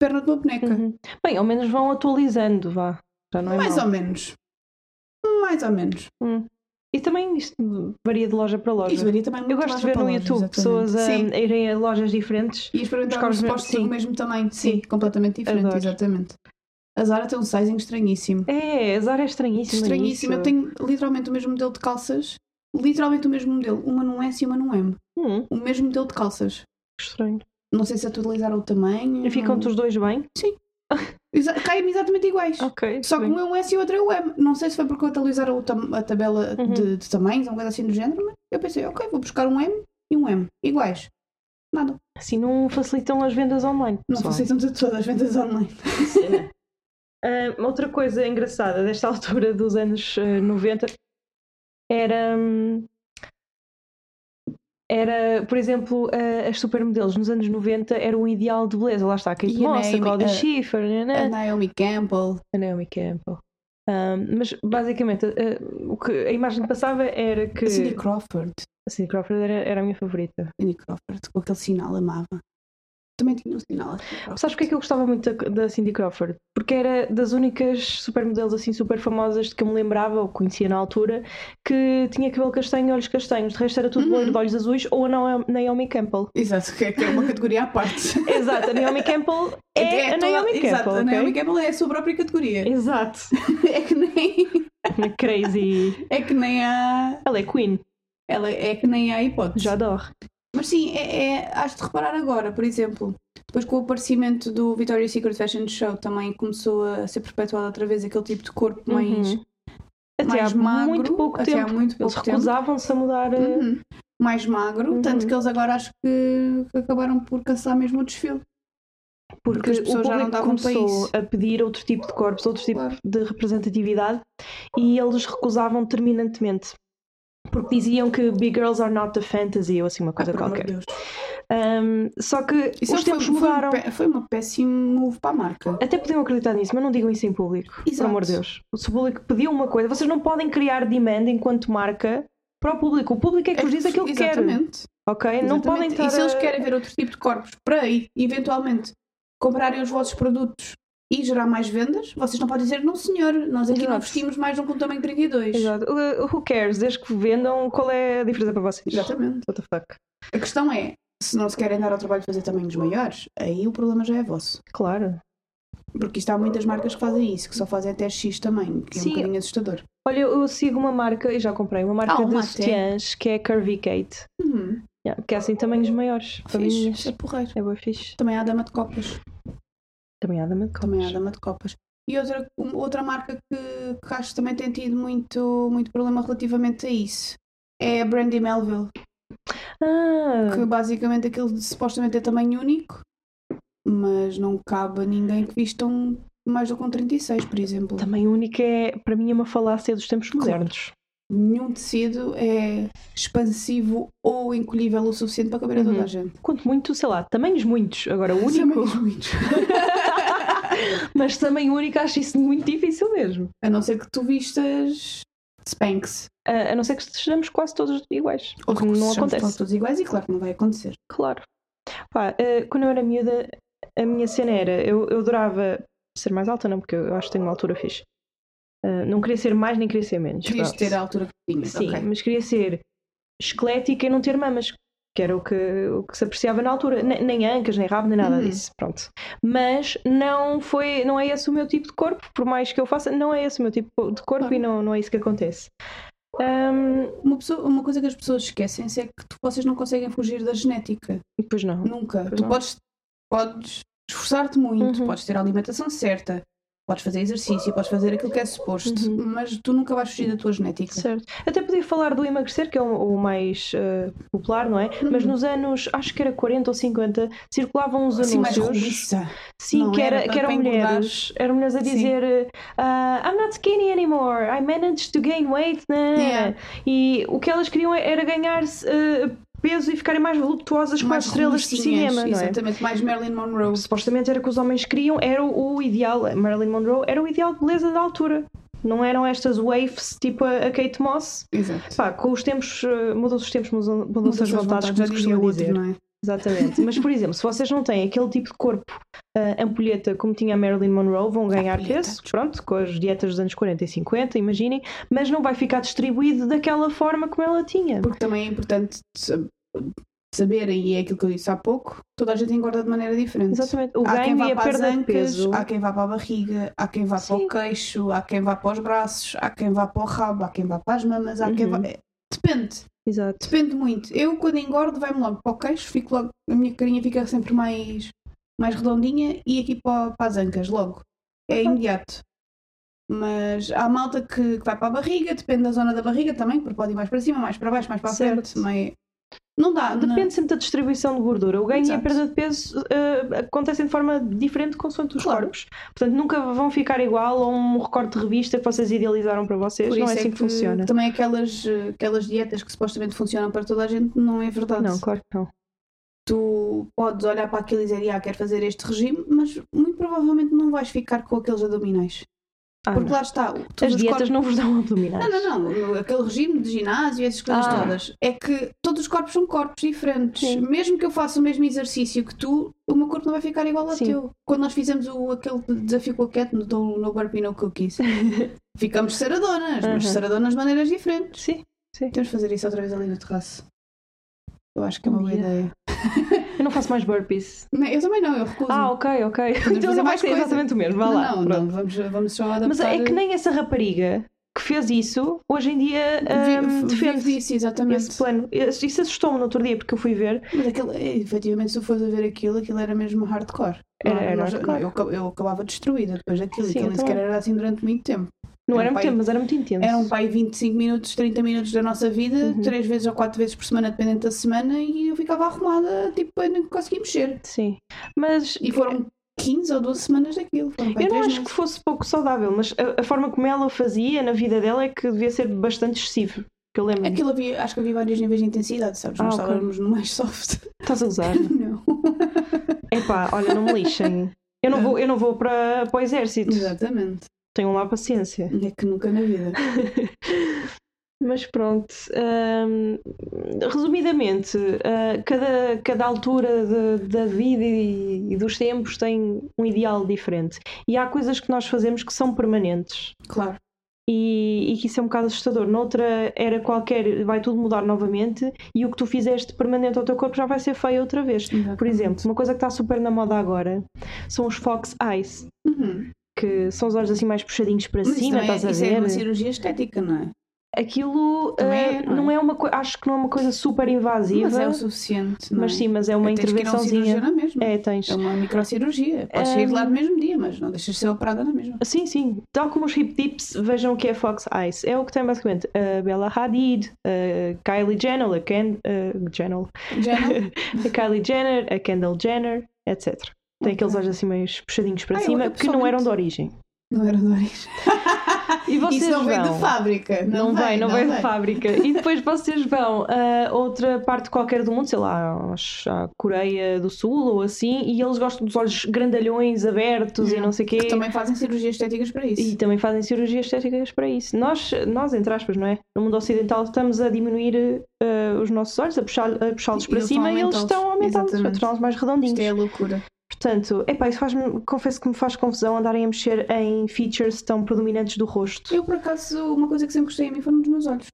Speaker 2: perna de uma boneca.
Speaker 1: Uhum. Bem, ao menos vão atualizando, vá. Já não é
Speaker 2: Mais
Speaker 1: mau.
Speaker 2: ou menos. Mais ou menos.
Speaker 1: Hum. E também isto varia de loja para loja.
Speaker 2: Isso varia também é muito
Speaker 1: Uhum. Eu gosto
Speaker 2: mais
Speaker 1: de ver
Speaker 2: para
Speaker 1: no
Speaker 2: lojas,
Speaker 1: YouTube
Speaker 2: exatamente.
Speaker 1: pessoas a,
Speaker 2: Sim.
Speaker 1: a irem a lojas diferentes.
Speaker 2: E experimentar
Speaker 1: Buscar
Speaker 2: os
Speaker 1: os mesmos-
Speaker 2: postos do
Speaker 1: sim.
Speaker 2: mesmo tamanho. Sim, completamente diferente,
Speaker 1: Adoro.
Speaker 2: exatamente. A Zara tem um sizing estranhíssimo.
Speaker 1: É, a Zara é estranhíssima.
Speaker 2: estranhíssimo. Eu
Speaker 1: nisso.
Speaker 2: tenho literalmente o mesmo modelo de calças. Literalmente o mesmo modelo. Uma num S e uma num M.
Speaker 1: Hum,
Speaker 2: O mesmo modelo de calças.
Speaker 1: que estranho.
Speaker 2: Não sei se atualizaram o tamanho.
Speaker 1: E ficam-te
Speaker 2: não-
Speaker 1: os dois bem?
Speaker 2: Exa- Caem-me exatamente iguais.
Speaker 1: Ok.
Speaker 2: Só que
Speaker 1: bem.
Speaker 2: um é um S e o outro é um M. Não sei se foi porque atualizaram o tam- a tabela
Speaker 1: Uhum.
Speaker 2: de, de tamanhos, alguma coisa assim do género, mas eu pensei, ok, vou buscar um M e um M. Iguais. Nada.
Speaker 1: Assim não facilitam as vendas online.
Speaker 2: Não
Speaker 1: pessoal.
Speaker 2: facilitam de todas as vendas online.
Speaker 1: Ah, outra coisa engraçada desta *laughs* altura dos anos ah, 90 era. hum, Era, por exemplo, ah, as supermodelos nos anos 90 era um ideal de beleza. Lá está a Kate
Speaker 2: E a
Speaker 1: Moss, a
Speaker 2: Naomi-
Speaker 1: Claudia
Speaker 2: a-
Speaker 1: Schiffer, né,
Speaker 2: A
Speaker 1: nanã,
Speaker 2: Naomi Campbell.
Speaker 1: a Naomi Campbell. Ah, um mas basicamente ah, o que a imagem que passava era que
Speaker 2: A Cindy Crawford.
Speaker 1: a Cindy Crawford era, era a minha favorita.
Speaker 2: Cindy Crawford, com aquele sinal amava. Também tinha um sinal. a Cindy Crawford.
Speaker 1: Sabes porque é que eu gostava muito da, da Cindy Crawford? Porque era das únicas supermodelos assim super famosas de que eu me lembrava ou conhecia na altura que tinha cabelo castanho e olhos castanhos. De resto era tudo
Speaker 2: Uhum.
Speaker 1: loiro de olhos azuis ou a Nao- Naomi Campbell.
Speaker 2: Exato, que é que é uma categoria à parte.
Speaker 1: Exato, a Naomi
Speaker 2: *laughs*
Speaker 1: Campbell é, a
Speaker 2: toda-
Speaker 1: Naomi
Speaker 2: exato,
Speaker 1: Campbell.
Speaker 2: a
Speaker 1: ok?
Speaker 2: Naomi Campbell é a sua própria
Speaker 1: *laughs*
Speaker 2: categoria.
Speaker 1: Exato.
Speaker 2: É que nem,
Speaker 1: Crazy.
Speaker 2: é que nem a.
Speaker 1: Ela é Queen,
Speaker 2: Ela é que nem a hipótese.
Speaker 1: já adoro.
Speaker 2: Mas sim, é, é, has de reparar agora, por exemplo, depois com o aparecimento do Victoria's Secret Fashion Show também começou a ser perpetuado outra vez aquele tipo de corpo mais,
Speaker 1: Uhum. Até
Speaker 2: mais
Speaker 1: há
Speaker 2: magro.
Speaker 1: muito pouco
Speaker 2: até
Speaker 1: tempo.
Speaker 2: há muito
Speaker 1: Eles
Speaker 2: pouco tempo.
Speaker 1: recusavam-se a mudar. eh,
Speaker 2: Uhum. mais magro,
Speaker 1: Uhum.
Speaker 2: tanto que eles agora acho que acabaram por cancelar mesmo o desfile.
Speaker 1: Porque,
Speaker 2: as
Speaker 1: o
Speaker 2: pessoas já não
Speaker 1: público
Speaker 2: davam para
Speaker 1: começou
Speaker 2: isso.
Speaker 1: a pedir outro tipo de corpos, outro tipo
Speaker 2: Claro.
Speaker 1: de representatividade e eles recusavam terminantemente. Porque diziam que big girls are not a fantasy ou assim uma coisa
Speaker 2: Ah, por amor
Speaker 1: qualquer.
Speaker 2: de Deus.
Speaker 1: Ahm, só que
Speaker 2: Isso
Speaker 1: os
Speaker 2: foi,
Speaker 1: tempos
Speaker 2: foi um
Speaker 1: mudaram.
Speaker 2: pé- foi uma péssimo move para a marca.
Speaker 1: Até podiam acreditar nisso, mas não digam isso em público. Por
Speaker 2: Exato.
Speaker 1: amor de Deus. Se o público pediu uma coisa, vocês não podem criar demand enquanto marca para o público. O público é que vos diz aquilo que quer.
Speaker 2: Exatamente.
Speaker 1: Ok? Não podem
Speaker 2: Exatamente.
Speaker 1: estar.
Speaker 2: E se eles
Speaker 1: a-
Speaker 2: querem ver outro tipo de corpos para aí, eventualmente comprarem os vossos produtos e gerar mais vendas, vocês não podem dizer, não senhor, nós aqui não
Speaker 1: Exato.
Speaker 2: vestimos mais do que um tamanho 32.
Speaker 1: Exato. Uh, Who cares? Desde que vendam, qual é a diferença para vocês?
Speaker 2: Exatamente.
Speaker 1: What the fuck?
Speaker 2: A questão é, se não se querem dar ao trabalho de fazer tamanhos maiores, aí o problema já é vosso.
Speaker 1: Claro.
Speaker 2: Porque isto há muitas marcas que fazem isso, que só fazem até X tamanho, que é
Speaker 1: Sim.
Speaker 2: um bocadinho assustador.
Speaker 1: Olha, eu sigo uma marca, e já comprei, uma marca
Speaker 2: Ah,
Speaker 1: de
Speaker 2: uma até.
Speaker 1: sutiãs que é Curvy Kate.
Speaker 2: Uhum.
Speaker 1: Yeah, que é assim tamanhos maiores.
Speaker 2: Fixe,
Speaker 1: famílias.
Speaker 2: isso é porreiro.
Speaker 1: É boa fixe.
Speaker 2: Também há a dama de copas.
Speaker 1: Também há dama de
Speaker 2: Também há a
Speaker 1: copos.
Speaker 2: dama de copas. E outra, um- outra marca que, que acho que também tem tido muito, muito problema relativamente a isso é a Brandy Melville,
Speaker 1: Ah,
Speaker 2: que basicamente aquilo de- supostamente é tamanho único, mas não cabe a ninguém que vistam mais do que um 36, por exemplo.
Speaker 1: também única é, para mim, é uma falácia dos tempos
Speaker 2: Claro.
Speaker 1: modernos.
Speaker 2: Nenhum tecido é expansivo ou encolhível o suficiente para caber a toda
Speaker 1: Uhum. é
Speaker 2: a gente.
Speaker 1: Quanto muito, sei lá, tamanhos muitos. Agora, o único.
Speaker 2: Tamanhos muitos.
Speaker 1: Mas tamanho único acho isso muito difícil mesmo.
Speaker 2: *laughs* a não ser que tu vistas Spanx.
Speaker 1: Ah, A, a não ser que estejamos quase todos iguais.
Speaker 2: Ou
Speaker 1: O que não
Speaker 2: sejamos
Speaker 1: acontece.
Speaker 2: todos iguais e claro que não vai acontecer.
Speaker 1: Claro. Pá, eh, quando eu era miúda, a minha cena era, eu, eu adorava ser mais alta, não, porque eu acho que tenho uma altura fixe. Eh, não queria ser mais nem queria ser menos.
Speaker 2: Querias
Speaker 1: pronto.
Speaker 2: ter a altura que tinhas,
Speaker 1: Sim,
Speaker 2: ok.
Speaker 1: mas queria ser esquelética e não ter mamas, que era o que, o que se apreciava na altura. Ne- nem ancas, nem rabo, nem nada
Speaker 2: Uhum.
Speaker 1: disso. Pronto. Mas não foi, não é esse o meu tipo de corpo, por mais que eu faça, não é esse o meu tipo de corpo
Speaker 2: Claro.
Speaker 1: e não, não é isso que acontece. Ahm,
Speaker 2: Uma, pessoa- uma coisa que as pessoas esquecem-se é que tu- vocês não conseguem fugir da genética.
Speaker 1: pois não.
Speaker 2: Nunca.
Speaker 1: Pois
Speaker 2: tu
Speaker 1: não.
Speaker 2: podes, podes esforçar-te muito,
Speaker 1: Uhum.
Speaker 2: podes ter a alimentação certa, podes fazer exercício, podes fazer aquilo que é suposto,
Speaker 1: Uhum.
Speaker 2: mas tu nunca vais fugir da tua genética.
Speaker 1: Certo. Até podia falar do emagrecer, que é o, o mais eh, popular, não é? Mas
Speaker 2: Uhum.
Speaker 1: nos anos, acho que era 40 ou 50, circulavam uns
Speaker 2: Assim, mais
Speaker 1: anúncios.
Speaker 2: rubiça.
Speaker 1: Sim,
Speaker 2: Não
Speaker 1: que, era,
Speaker 2: era para-
Speaker 1: que eram
Speaker 2: para engordar.
Speaker 1: mulheres. Eram mulheres a
Speaker 2: Sim.
Speaker 1: dizer ah, I'm not skinny anymore, I managed to gain weight. Né?
Speaker 2: Yeah.
Speaker 1: E o que elas queriam era ganhar eh, peso e ficarem mais voluptuosas com
Speaker 2: mais
Speaker 1: as estrelas de
Speaker 2: rubicinhas,
Speaker 1: cinema, não é? Então,
Speaker 2: Exatamente, mais Marilyn Monroe.
Speaker 1: Supostamente era o que os homens queriam, era o ideal, a Marilyn Monroe era o ideal de beleza da altura. Não eram estas waifs tipo a a Kate Moss,
Speaker 2: Exato.
Speaker 1: Pá, com os tempos, eh, mudam-se os tempos, mudam- mudam-se
Speaker 2: Mudança
Speaker 1: as
Speaker 2: de
Speaker 1: vontades,
Speaker 2: já
Speaker 1: como se
Speaker 2: diria
Speaker 1: costuma
Speaker 2: o outro,
Speaker 1: dizer.
Speaker 2: não é?
Speaker 1: Exatamente. Mas, por exemplo, se vocês não têm aquele tipo de corpo eh, ampulheta como tinha a Marilyn Monroe, vão ganhar
Speaker 2: Ampulheta.
Speaker 1: peso, pronto, com as dietas dos anos 40 e 50, imaginem, mas não vai ficar distribuído daquela forma como ela tinha.
Speaker 2: Porque também é importante sa- saberem, e é aquilo que eu disse há pouco, toda a gente engorda de maneira diferente.
Speaker 1: Exatamente. O
Speaker 2: há
Speaker 1: ganho
Speaker 2: quem vá
Speaker 1: e a
Speaker 2: para as
Speaker 1: perda de
Speaker 2: ancas,
Speaker 1: peso.
Speaker 2: há quem vá para a barriga, há quem vá para
Speaker 1: Sim.
Speaker 2: o queixo, há quem vá para os braços, há quem vá para o rabo, há quem vá para as mamas, há quem
Speaker 1: Uhum.
Speaker 2: vá. é, Depende,
Speaker 1: Exato.
Speaker 2: depende muito. Eu quando engordo vai-me logo para o queixo, fico logo, a minha carinha fica sempre mais, mais redondinha e aqui para, para as ancas, logo. É imediato. Mas há malta que, que vai para a barriga, depende da zona da barriga também, porque pode ir mais para cima, mais para baixo, mais para a frente.
Speaker 1: Certo.
Speaker 2: Meio... Não dá, não-
Speaker 1: Ah, Depende sempre da distribuição de gordura. O ganho e a
Speaker 2: Exato.
Speaker 1: perda de peso eh, acontecem de forma diferente consoante os
Speaker 2: Claro.
Speaker 1: corpos. Portanto, nunca vão ficar igual a um recorte de revista que vocês idealizaram para vocês.
Speaker 2: Por
Speaker 1: não
Speaker 2: isso
Speaker 1: é
Speaker 2: tá
Speaker 1: assim que, funciona.
Speaker 2: Também aquelas, eh, aquelas dietas que supostamente funcionam para toda a gente, não é verdade.
Speaker 1: Não, claro que não.
Speaker 2: Tu podes olhar para aquilo e dizer, ah, quero fazer este regime, mas muito provavelmente não vais ficar com aqueles abdominais.
Speaker 1: Ah,
Speaker 2: Porque
Speaker 1: não.
Speaker 2: lá está. o- todos
Speaker 1: As
Speaker 2: os
Speaker 1: dietas não vos dão abdominais.
Speaker 2: Corpos... Não, não, não. o- Aquele regime de ginásio e essas coisas
Speaker 1: Ah.
Speaker 2: todas. É que todos os corpos são corpos diferentes.
Speaker 1: Sim.
Speaker 2: Mesmo que eu faça o mesmo exercício que tu, o meu corpo não vai ficar igual ao
Speaker 1: Sim.
Speaker 2: teu. Quando nós fizemos o, aquele desafio com a Cat no, no Burpee No
Speaker 1: *laughs*
Speaker 2: Cookies, ficamos ceradonas, mas
Speaker 1: Aham.
Speaker 2: ceradonas de maneiras diferentes.
Speaker 1: Sim.
Speaker 2: Temos de fazer isso outra vez ali no terraço. Eu acho que é uma
Speaker 1: Um
Speaker 2: boa
Speaker 1: dia.
Speaker 2: ideia.
Speaker 1: Eu não faço mais burpees.
Speaker 2: Não, eu também não, eu recuso.
Speaker 1: Ah, ok, ok.
Speaker 2: fazer
Speaker 1: Então não vai
Speaker 2: mais
Speaker 1: ser
Speaker 2: coisa.
Speaker 1: exatamente o mesmo. Vá
Speaker 2: não,
Speaker 1: lá.
Speaker 2: não,
Speaker 1: Pronto.
Speaker 2: não, vamos, vamos só adaptar.
Speaker 1: Mas é que nem essa rapariga que fez isso, hoje em dia ahm,
Speaker 2: Vi-
Speaker 1: defende
Speaker 2: vive isso,
Speaker 1: hum, esse
Speaker 2: exatamente.
Speaker 1: plano. Isso isso assustou-me no outro dia, porque eu fui ver.
Speaker 2: Mas aquilo, é, efetivamente, se eu fosse a ver aquilo, aquilo era mesmo hardcore.
Speaker 1: Era- era
Speaker 2: nós-
Speaker 1: hardcore.
Speaker 2: eu, eu acabava destruída depois daquilo.
Speaker 1: Sim,
Speaker 2: aquilo nem
Speaker 1: então
Speaker 2: sequer
Speaker 1: é.
Speaker 2: era assim durante muito tempo.
Speaker 1: Não
Speaker 2: Era
Speaker 1: era muito
Speaker 2: um pai- um
Speaker 1: tempo, mas era muito intenso.
Speaker 2: Eram pai 25 minutos, 30 minutos da nossa vida,
Speaker 1: Uhum.
Speaker 2: três vezes ou quatro vezes por semana, dependendo da semana, e eu ficava arrumada, tipo, eu não conseguia mexer.
Speaker 1: Sim. Mas
Speaker 2: E foram 15 ou 12 semanas daquilo. Foram pai
Speaker 1: eu não
Speaker 2: três
Speaker 1: acho que
Speaker 2: meses.
Speaker 1: fosse pouco saudável, mas a, a forma como ela o fazia na vida dela é que devia ser bastante excessivo. É Que eu lembro.
Speaker 2: Aquilo havia, acho que havia vários níveis de intensidade, sabes? Nós
Speaker 1: Uhum. Ah, ok.
Speaker 2: estávamos no mais *laughs* soft.
Speaker 1: Estás a usar.
Speaker 2: não.
Speaker 1: Epá, olha, não me lixem. Eu não vou, eu não vou para, para o exército.
Speaker 2: *laughs* Exatamente.
Speaker 1: Tenham lá paciência.
Speaker 2: É que nunca na vida.
Speaker 1: Mas pronto, hum, resumidamente, uh, cada, cada altura de- da vida e, e dos tempos tem um ideal diferente. E há coisas que nós fazemos que são permanentes
Speaker 2: Claro.
Speaker 1: e, e que isso é um bocado assustador. Noutra era qualquer, vai tudo mudar novamente e o que tu fizeste permanente ao teu corpo já vai ser feio outra vez. Por exemplo, uma coisa que está super na moda agora são os Fox Eyes,
Speaker 2: Uhum.
Speaker 1: que são os olhos assim mais puxadinhos para
Speaker 2: Mas isso
Speaker 1: cima,
Speaker 2: também é,
Speaker 1: estás a
Speaker 2: isso
Speaker 1: ver?
Speaker 2: é uma cirurgia estética, não é?
Speaker 1: aquilo
Speaker 2: Também
Speaker 1: eh,
Speaker 2: é, não é?
Speaker 1: não é uma coisa, acho que não é uma coisa super invasiva,
Speaker 2: Mas
Speaker 1: mas,
Speaker 2: é o suficiente. Não é?
Speaker 1: sim, mas é uma
Speaker 2: Tens que ir a um
Speaker 1: intervençãozinha.
Speaker 2: cirurgião mesmo.
Speaker 1: É, tens.
Speaker 2: É uma microcirurgia. Podes sair de lá no mesmo dia, mas não deixas de ser operada na mesma.
Speaker 1: Sim, sim. Tal como os hip dips, vejam o que é Fox Eyes. É o que tem basicamente a Bella Hadid, a Kylie Jenner, a, Ken, a, Jenner, *laughs*
Speaker 2: Já não?
Speaker 1: a Kylie Jenner, a Kendall Jenner, etc. Tem aqueles olhos assim meio puxadinhos para
Speaker 2: Ah, eu-
Speaker 1: cima
Speaker 2: eu
Speaker 1: que não eram de
Speaker 2: pessoalmente-
Speaker 1: origem.
Speaker 2: Não era de origem.
Speaker 1: E vocês
Speaker 2: Isso não
Speaker 1: vão?
Speaker 2: vem de fábrica. Não,
Speaker 1: Não, vem, não, vem de
Speaker 2: fábrica.
Speaker 1: fábrica. E depois vocês vão a outra parte qualquer do mundo, sei lá, acho, à Coreia do Sul ou assim, e eles gostam dos olhos grandalhões abertos e
Speaker 2: Hum,
Speaker 1: não sei o quê.
Speaker 2: Que também fazem cirurgias estéticas para isso.
Speaker 1: E também fazem cirurgias estéticas para isso. Nós, nós, entre aspas, não é? No mundo ocidental estamos a diminuir eh, os nossos olhos, a puxá-los a puxá-los
Speaker 2: E
Speaker 1: para
Speaker 2: eles
Speaker 1: cima
Speaker 2: estão a
Speaker 1: e eles estão a aumentá-los, a
Speaker 2: aumentá-los,
Speaker 1: torná-los mais
Speaker 2: Isto
Speaker 1: redondinhos.
Speaker 2: é a loucura.
Speaker 1: Portanto, epá, isso faz-me, confesso que me faz confusão andarem a mexer em features tão predominantes do rosto.
Speaker 2: Eu, por acaso, uma coisa que sempre gostei a mim foram dos meus olhos.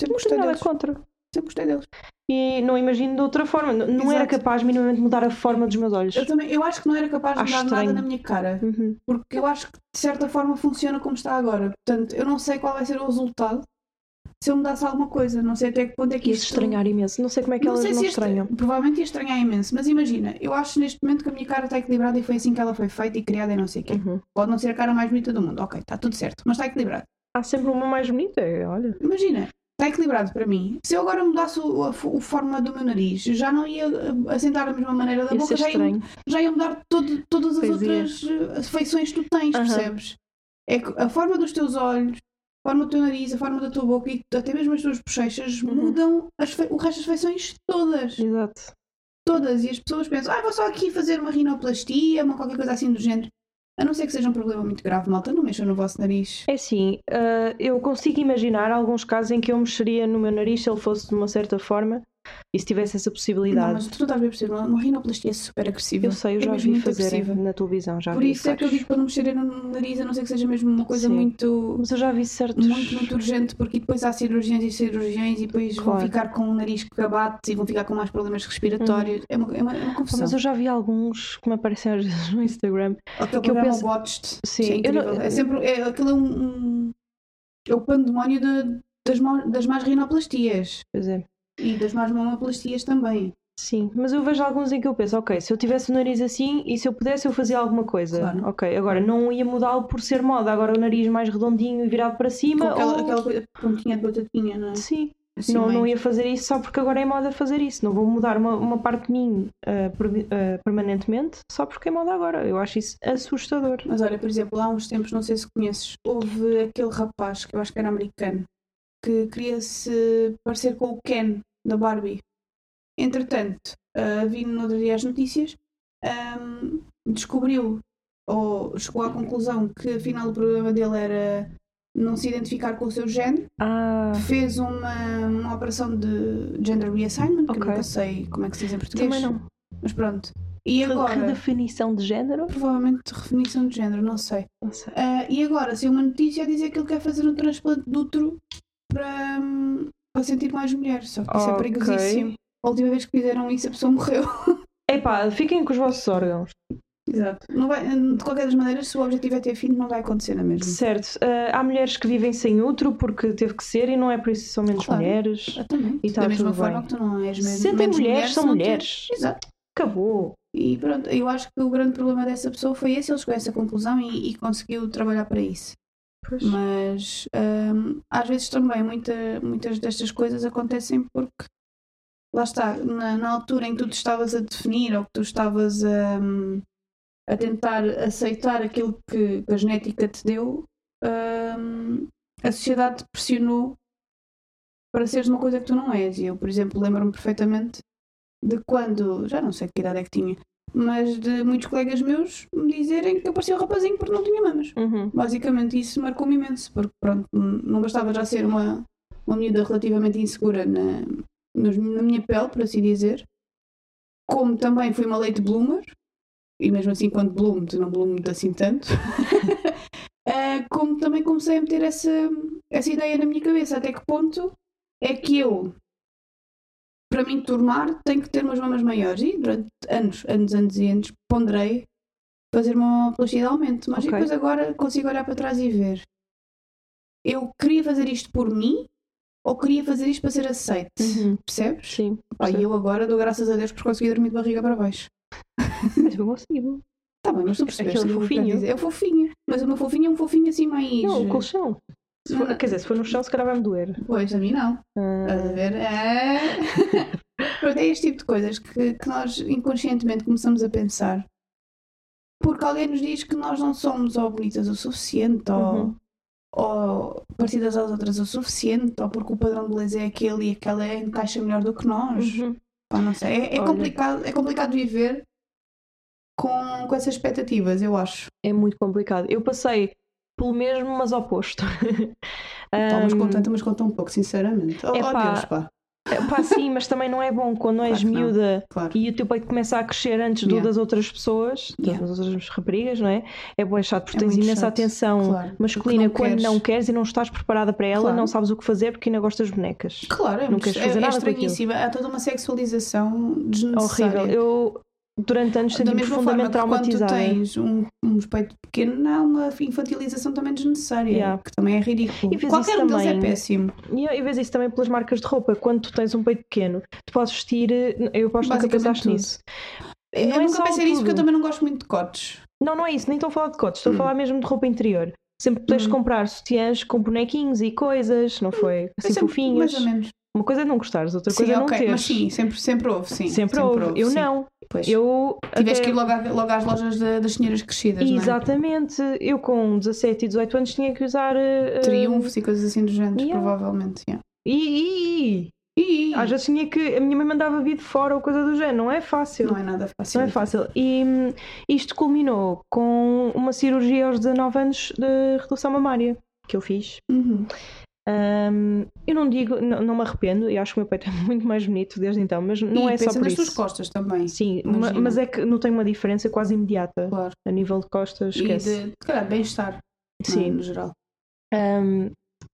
Speaker 2: Sempre
Speaker 1: não
Speaker 2: gostei
Speaker 1: tenho nada
Speaker 2: deles.
Speaker 1: contra.
Speaker 2: Sempre gostei deles.
Speaker 1: E não imagino de outra forma. N- Não era
Speaker 2: Exato.
Speaker 1: capaz minimamente de mudar a forma dos meus olhos.
Speaker 2: Eu, também, eu acho que não era capaz de
Speaker 1: Acho
Speaker 2: mudar nada
Speaker 1: estranho.
Speaker 2: na minha cara.
Speaker 1: Uhum.
Speaker 2: Porque eu acho que, de certa forma, funciona como está agora. Portanto, eu não sei qual vai ser o resultado se eu mudasse alguma coisa. Não sei até que ponto é que
Speaker 1: Quis
Speaker 2: isto...
Speaker 1: estranhar imenso. Não sei como é que
Speaker 2: Não
Speaker 1: elas
Speaker 2: sei
Speaker 1: não
Speaker 2: se este-
Speaker 1: estranham.
Speaker 2: Provavelmente ia estranhar imenso, mas imagina, eu acho neste momento que a minha cara está equilibrada e foi assim que ela foi feita e criada e não sei o quê.
Speaker 1: Uhum.
Speaker 2: Pode não ser a cara mais bonita do mundo, ok, está tudo certo, mas está equilibrado.
Speaker 1: Há sempre uma mais bonita, é, olha.
Speaker 2: Imagina, está equilibrado para mim. Se eu agora mudasse o, a, fo- o forma do meu nariz, eu já não ia uh, assentar da mesma maneira da
Speaker 1: Ia ser
Speaker 2: boca, já ia,
Speaker 1: estranho.
Speaker 2: já ia mudar todo, todas as
Speaker 1: Pois é.
Speaker 2: outras uh, feições que tu tens,
Speaker 1: Aham.
Speaker 2: percebes? É que a forma dos teus olhos, a forma do teu nariz, a forma da tua boca e até mesmo as tuas bochechas
Speaker 1: Uhum.
Speaker 2: mudam as fe- o resto das feições todas
Speaker 1: Exato.
Speaker 2: todas e as pessoas pensam, ah, vou só aqui fazer uma rinoplastia, uma qualquer coisa assim do género. A não ser que seja um problema muito grave, malta, não mexam no vosso nariz.
Speaker 1: É assim, ah, eu consigo imaginar alguns casos em que eu mexeria no meu nariz se ele fosse de uma certa forma e se tivesse essa
Speaker 2: Não,
Speaker 1: possibilidade.
Speaker 2: mas tu não estás bem a perceber, uma, uma rinoplastia é super agressiva.
Speaker 1: É Eu sei, eu
Speaker 2: É
Speaker 1: já
Speaker 2: mesmo
Speaker 1: vi
Speaker 2: muito
Speaker 1: fazer
Speaker 2: agressiva.
Speaker 1: na televisão, já
Speaker 2: Por
Speaker 1: vi
Speaker 2: isso é que eu
Speaker 1: vários.
Speaker 2: digo para não mexerem no nariz, a não ser que seja mesmo uma coisa
Speaker 1: Sim.
Speaker 2: muito,
Speaker 1: Mas eu já vi certos.
Speaker 2: muito, muito urgente, porque depois há cirurgiões e cirurgiões e depois vão
Speaker 1: Claro.
Speaker 2: ficar com o nariz que abate e vão ficar com mais problemas respiratórios. É, uma, é, uma, é uma
Speaker 1: Pá,
Speaker 2: confusão.
Speaker 1: Uhum. Mas eu já vi alguns que me aparecem às vezes no Instagram.
Speaker 2: Aquele
Speaker 1: que eu
Speaker 2: programa
Speaker 1: penso-
Speaker 2: Watched.
Speaker 1: Sim,
Speaker 2: que é
Speaker 1: eu não-
Speaker 2: incrível. É sempre. É, aquilo é um. um- É o pandemónio de- das, mau- das más rinoplastias.
Speaker 1: Pois é.
Speaker 2: E das más mamoplastias também.
Speaker 1: Sim, mas eu vejo alguns em que eu penso, ok, se eu tivesse o nariz assim e se eu pudesse eu fazia alguma coisa.
Speaker 2: Claro.
Speaker 1: Ok, agora não ia mudá-lo por ser moda, agora o nariz mais redondinho e virado para
Speaker 2: Com
Speaker 1: cima.
Speaker 2: aquela,
Speaker 1: ou-
Speaker 2: aquela coisa pontinha de batatinha, não é?
Speaker 1: Sim,
Speaker 2: Assim,
Speaker 1: não, não
Speaker 2: meio-
Speaker 1: ia fazer isso só porque agora é moda fazer isso. Não vou mudar uma, uma parte de mim ah, per- ah, permanentemente só porque é moda agora. Eu acho isso assustador.
Speaker 2: Mas olha, por exemplo, há uns tempos, não sei se conheces, houve aquele rapaz que eu acho que era americano que queria-se parecer com o Ken da Barbie. Entretanto, ah, vi no outro dia as notícias, ahm, descobriu ou chegou à conclusão que afinal o problema dele era não se identificar com o seu género,
Speaker 1: Ah,
Speaker 2: fez uma, uma operação de gender reassignment, que eu
Speaker 1: Ok.
Speaker 2: nunca sei como é que se diz em português,
Speaker 1: também não.
Speaker 2: mas pronto. E
Speaker 1: Que
Speaker 2: agora,
Speaker 1: definição de género?
Speaker 2: provavelmente definição de género, não sei.
Speaker 1: Não sei.
Speaker 2: Ah, e agora, saiu uma notícia a dizer que ele quer fazer um transplante de útero para, hum, para sentir mais mulher. Só que isso é
Speaker 1: Ok.
Speaker 2: perigosíssimo. A última vez que fizeram isso, a pessoa morreu. *laughs*
Speaker 1: Epá, fiquem com os vossos órgãos.
Speaker 2: Exato. Não vai, de qualquer das maneiras, se o objetivo é ter filho, não é vai acontecer na mesma.
Speaker 1: Certo, ah, há mulheres que vivem sem útero porque teve que ser e não é por isso que são menos
Speaker 2: Claro.
Speaker 1: mulheres.
Speaker 2: Exatamente.
Speaker 1: E tá
Speaker 2: da mesma
Speaker 1: tudo
Speaker 2: forma
Speaker 1: bem.
Speaker 2: que tu não és mesmo.
Speaker 1: Sentem
Speaker 2: menos mulher
Speaker 1: mulheres,
Speaker 2: se
Speaker 1: são
Speaker 2: não te-
Speaker 1: mulheres.
Speaker 2: Exato.
Speaker 1: Acabou.
Speaker 2: E pronto, eu acho que o grande problema dessa pessoa foi esse. Ele chegou a essa conclusão e, e conseguiu trabalhar para isso.
Speaker 1: Pois.
Speaker 2: Mas hum, às vezes também muita- muitas destas coisas acontecem porque lá está, na, na altura em que tu te estavas a definir ou que tu estavas a, hum, a tentar aceitar aquilo que, que a genética te deu, hum, a sociedade te pressionou para seres uma coisa que tu não és. E eu, por exemplo, lembro-me perfeitamente de quando, já não sei que idade é que tinha, mas de muitos colegas meus me dizerem que eu parecia um rapazinho porque não tinha mamas
Speaker 1: Uhum.
Speaker 2: basicamente isso marcou-me imenso, porque pronto, n- não bastava já ser uma, uma miúda relativamente insegura na, nos- na minha pele, por assim dizer, como também fui uma late bloomer, e mesmo assim quando bloomed, não bloomed assim tanto, eh, como também comecei a meter essa, essa ideia na minha cabeça, até que ponto é que eu, para mim tornar, tenho que ter umas mamas maiores, e durante anos, anos, anos e anos, ponderei fazer uma plástica de aumento, mas
Speaker 1: Ok.
Speaker 2: depois agora consigo olhar para trás e ver. Eu queria fazer isto por mim ou queria fazer isto para ser aceite?
Speaker 1: Uhum.
Speaker 2: Percebes?
Speaker 1: Sim.
Speaker 2: Pá, e
Speaker 1: percebo.
Speaker 2: eu agora dou graças a Deus por conseguir dormir de barriga para baixo.
Speaker 1: Mas eu consigo.
Speaker 2: Tá bem, mas tu percebes.
Speaker 1: Aquele
Speaker 2: o que eu quero
Speaker 1: fofinho.
Speaker 2: dizer. É o fofinho. Mas o meu fofinho é um fofinho assim mais.
Speaker 1: Não, com o chão. Se for-
Speaker 2: Não, não.
Speaker 1: quer dizer, se for no chão, se calhar vai-me doer. Ah,
Speaker 2: Pois, a mim não. Estás a ver?
Speaker 1: *laughs*
Speaker 2: É... Pronto, é este tipo de coisas que, que nós inconscientemente começamos a pensar. Porque alguém nos diz que nós não somos ou bonitas o suficiente, ou,
Speaker 1: Uhum.
Speaker 2: ou parecidas às outras o suficiente, ou porque o padrão de beleza é aquele e aquela encaixa melhor do que nós.
Speaker 1: Uhum.
Speaker 2: Pá, não sei. É, é
Speaker 1: Olha.
Speaker 2: complicado, é complicado viver com, com essas expectativas, eu acho.
Speaker 1: É muito complicado. Eu passei pelo mesmo, mas oposto. *laughs*
Speaker 2: Então, mas
Speaker 1: Ahm,
Speaker 2: com tanto, mas com tão pouco, sinceramente. Oh, oh
Speaker 1: Hum. Epá.
Speaker 2: Deus, pá,
Speaker 1: Pá, sim, mas também não é bom quando és
Speaker 2: Claro que não.
Speaker 1: miúda
Speaker 2: claro.
Speaker 1: e o teu peito começa a crescer antes do
Speaker 2: Yeah.
Speaker 1: das outras pessoas,
Speaker 2: Yeah.
Speaker 1: das outras raparigas, não é? É bom chato porque
Speaker 2: É
Speaker 1: tens
Speaker 2: muito
Speaker 1: imensa
Speaker 2: chato,
Speaker 1: atenção
Speaker 2: claro.
Speaker 1: masculina
Speaker 2: Porque não
Speaker 1: quando
Speaker 2: queres.
Speaker 1: não queres e não estás preparada para ela,
Speaker 2: Claro.
Speaker 1: não sabes o que fazer porque ainda gostas de bonecas.
Speaker 2: Claro, é,
Speaker 1: Não
Speaker 2: muito,
Speaker 1: queres
Speaker 2: é,
Speaker 1: fazer
Speaker 2: é
Speaker 1: nada com aquilo.
Speaker 2: estranhíssima. Há toda uma sexualização desnecessária.
Speaker 1: Horrível. Eu durante anos
Speaker 2: da
Speaker 1: senti-me
Speaker 2: mesma forma
Speaker 1: profundamente
Speaker 2: que quando tu
Speaker 1: traumatizada.
Speaker 2: tens um, um peito pequeno, há uma infantilização também desnecessária,
Speaker 1: Yeah.
Speaker 2: que também é
Speaker 1: E
Speaker 2: ridículo.
Speaker 1: fiz
Speaker 2: Qualquer
Speaker 1: isso
Speaker 2: um deles é
Speaker 1: também.
Speaker 2: péssimo.
Speaker 1: E eu, eu vejo isso também pelas marcas de roupa. Quando tu tens um peito pequeno, tu podes vestir. eh, Eu aposto que nunca
Speaker 2: Basicamente
Speaker 1: pensaste
Speaker 2: tudo.
Speaker 1: nisso.
Speaker 2: Eu,
Speaker 1: Não é
Speaker 2: nunca
Speaker 1: só
Speaker 2: pensei nisso porque eu
Speaker 1: tudo.
Speaker 2: também não gosto muito de cotes.
Speaker 1: Não, não é isso, nem estou a falar de cotes, estou
Speaker 2: Hum.
Speaker 1: a falar mesmo de roupa interior. Sempre podes
Speaker 2: Hum.
Speaker 1: comprar sutiãs com bonequinhos e coisas, não foi?
Speaker 2: Eu
Speaker 1: Assim
Speaker 2: sempre-
Speaker 1: fofinhas.
Speaker 2: Mais ou menos.
Speaker 1: Uma coisa é não gostares, outra
Speaker 2: Sim,
Speaker 1: coisa é não
Speaker 2: ok,
Speaker 1: teres.
Speaker 2: mas sim, sempre, sempre houve, sim.
Speaker 1: sempre, houve. Eu
Speaker 2: sim.
Speaker 1: não.
Speaker 2: Pois.
Speaker 1: Eu
Speaker 2: Tiveste
Speaker 1: até-
Speaker 2: que ir logo, à- logo às lojas da- das senhoras crescidas, não é?
Speaker 1: Exatamente. Eu com 17 e 18 anos tinha que usar. eh, eh,
Speaker 2: Triunfos e coisas assim do género,
Speaker 1: Yeah.
Speaker 2: provavelmente. yeah.
Speaker 1: E, e-
Speaker 2: E,
Speaker 1: e às vezes tinha que. A minha mãe mandava vir de fora ou coisa do género. Não é fácil.
Speaker 2: não é nada fácil.
Speaker 1: Não é fácil. E hum, isto culminou com uma cirurgia aos 19 anos de redução mamária que eu fiz.
Speaker 2: Uhum.
Speaker 1: Hum, eu não digo, não, não me arrependo, eu acho que o meu *laughs* peito é muito mais bonito desde então, mas não
Speaker 2: e
Speaker 1: é só
Speaker 2: pensa
Speaker 1: por
Speaker 2: nas
Speaker 1: isso.
Speaker 2: tuas costas também.
Speaker 1: Sim, ma-
Speaker 2: Imagino.
Speaker 1: mas é que não tem uma diferença quase imediata
Speaker 2: Claro.
Speaker 1: a nível de costas, esquece.
Speaker 2: E de, se calhar, bem-estar. não é?
Speaker 1: Sim.
Speaker 2: No geral.
Speaker 1: Hum,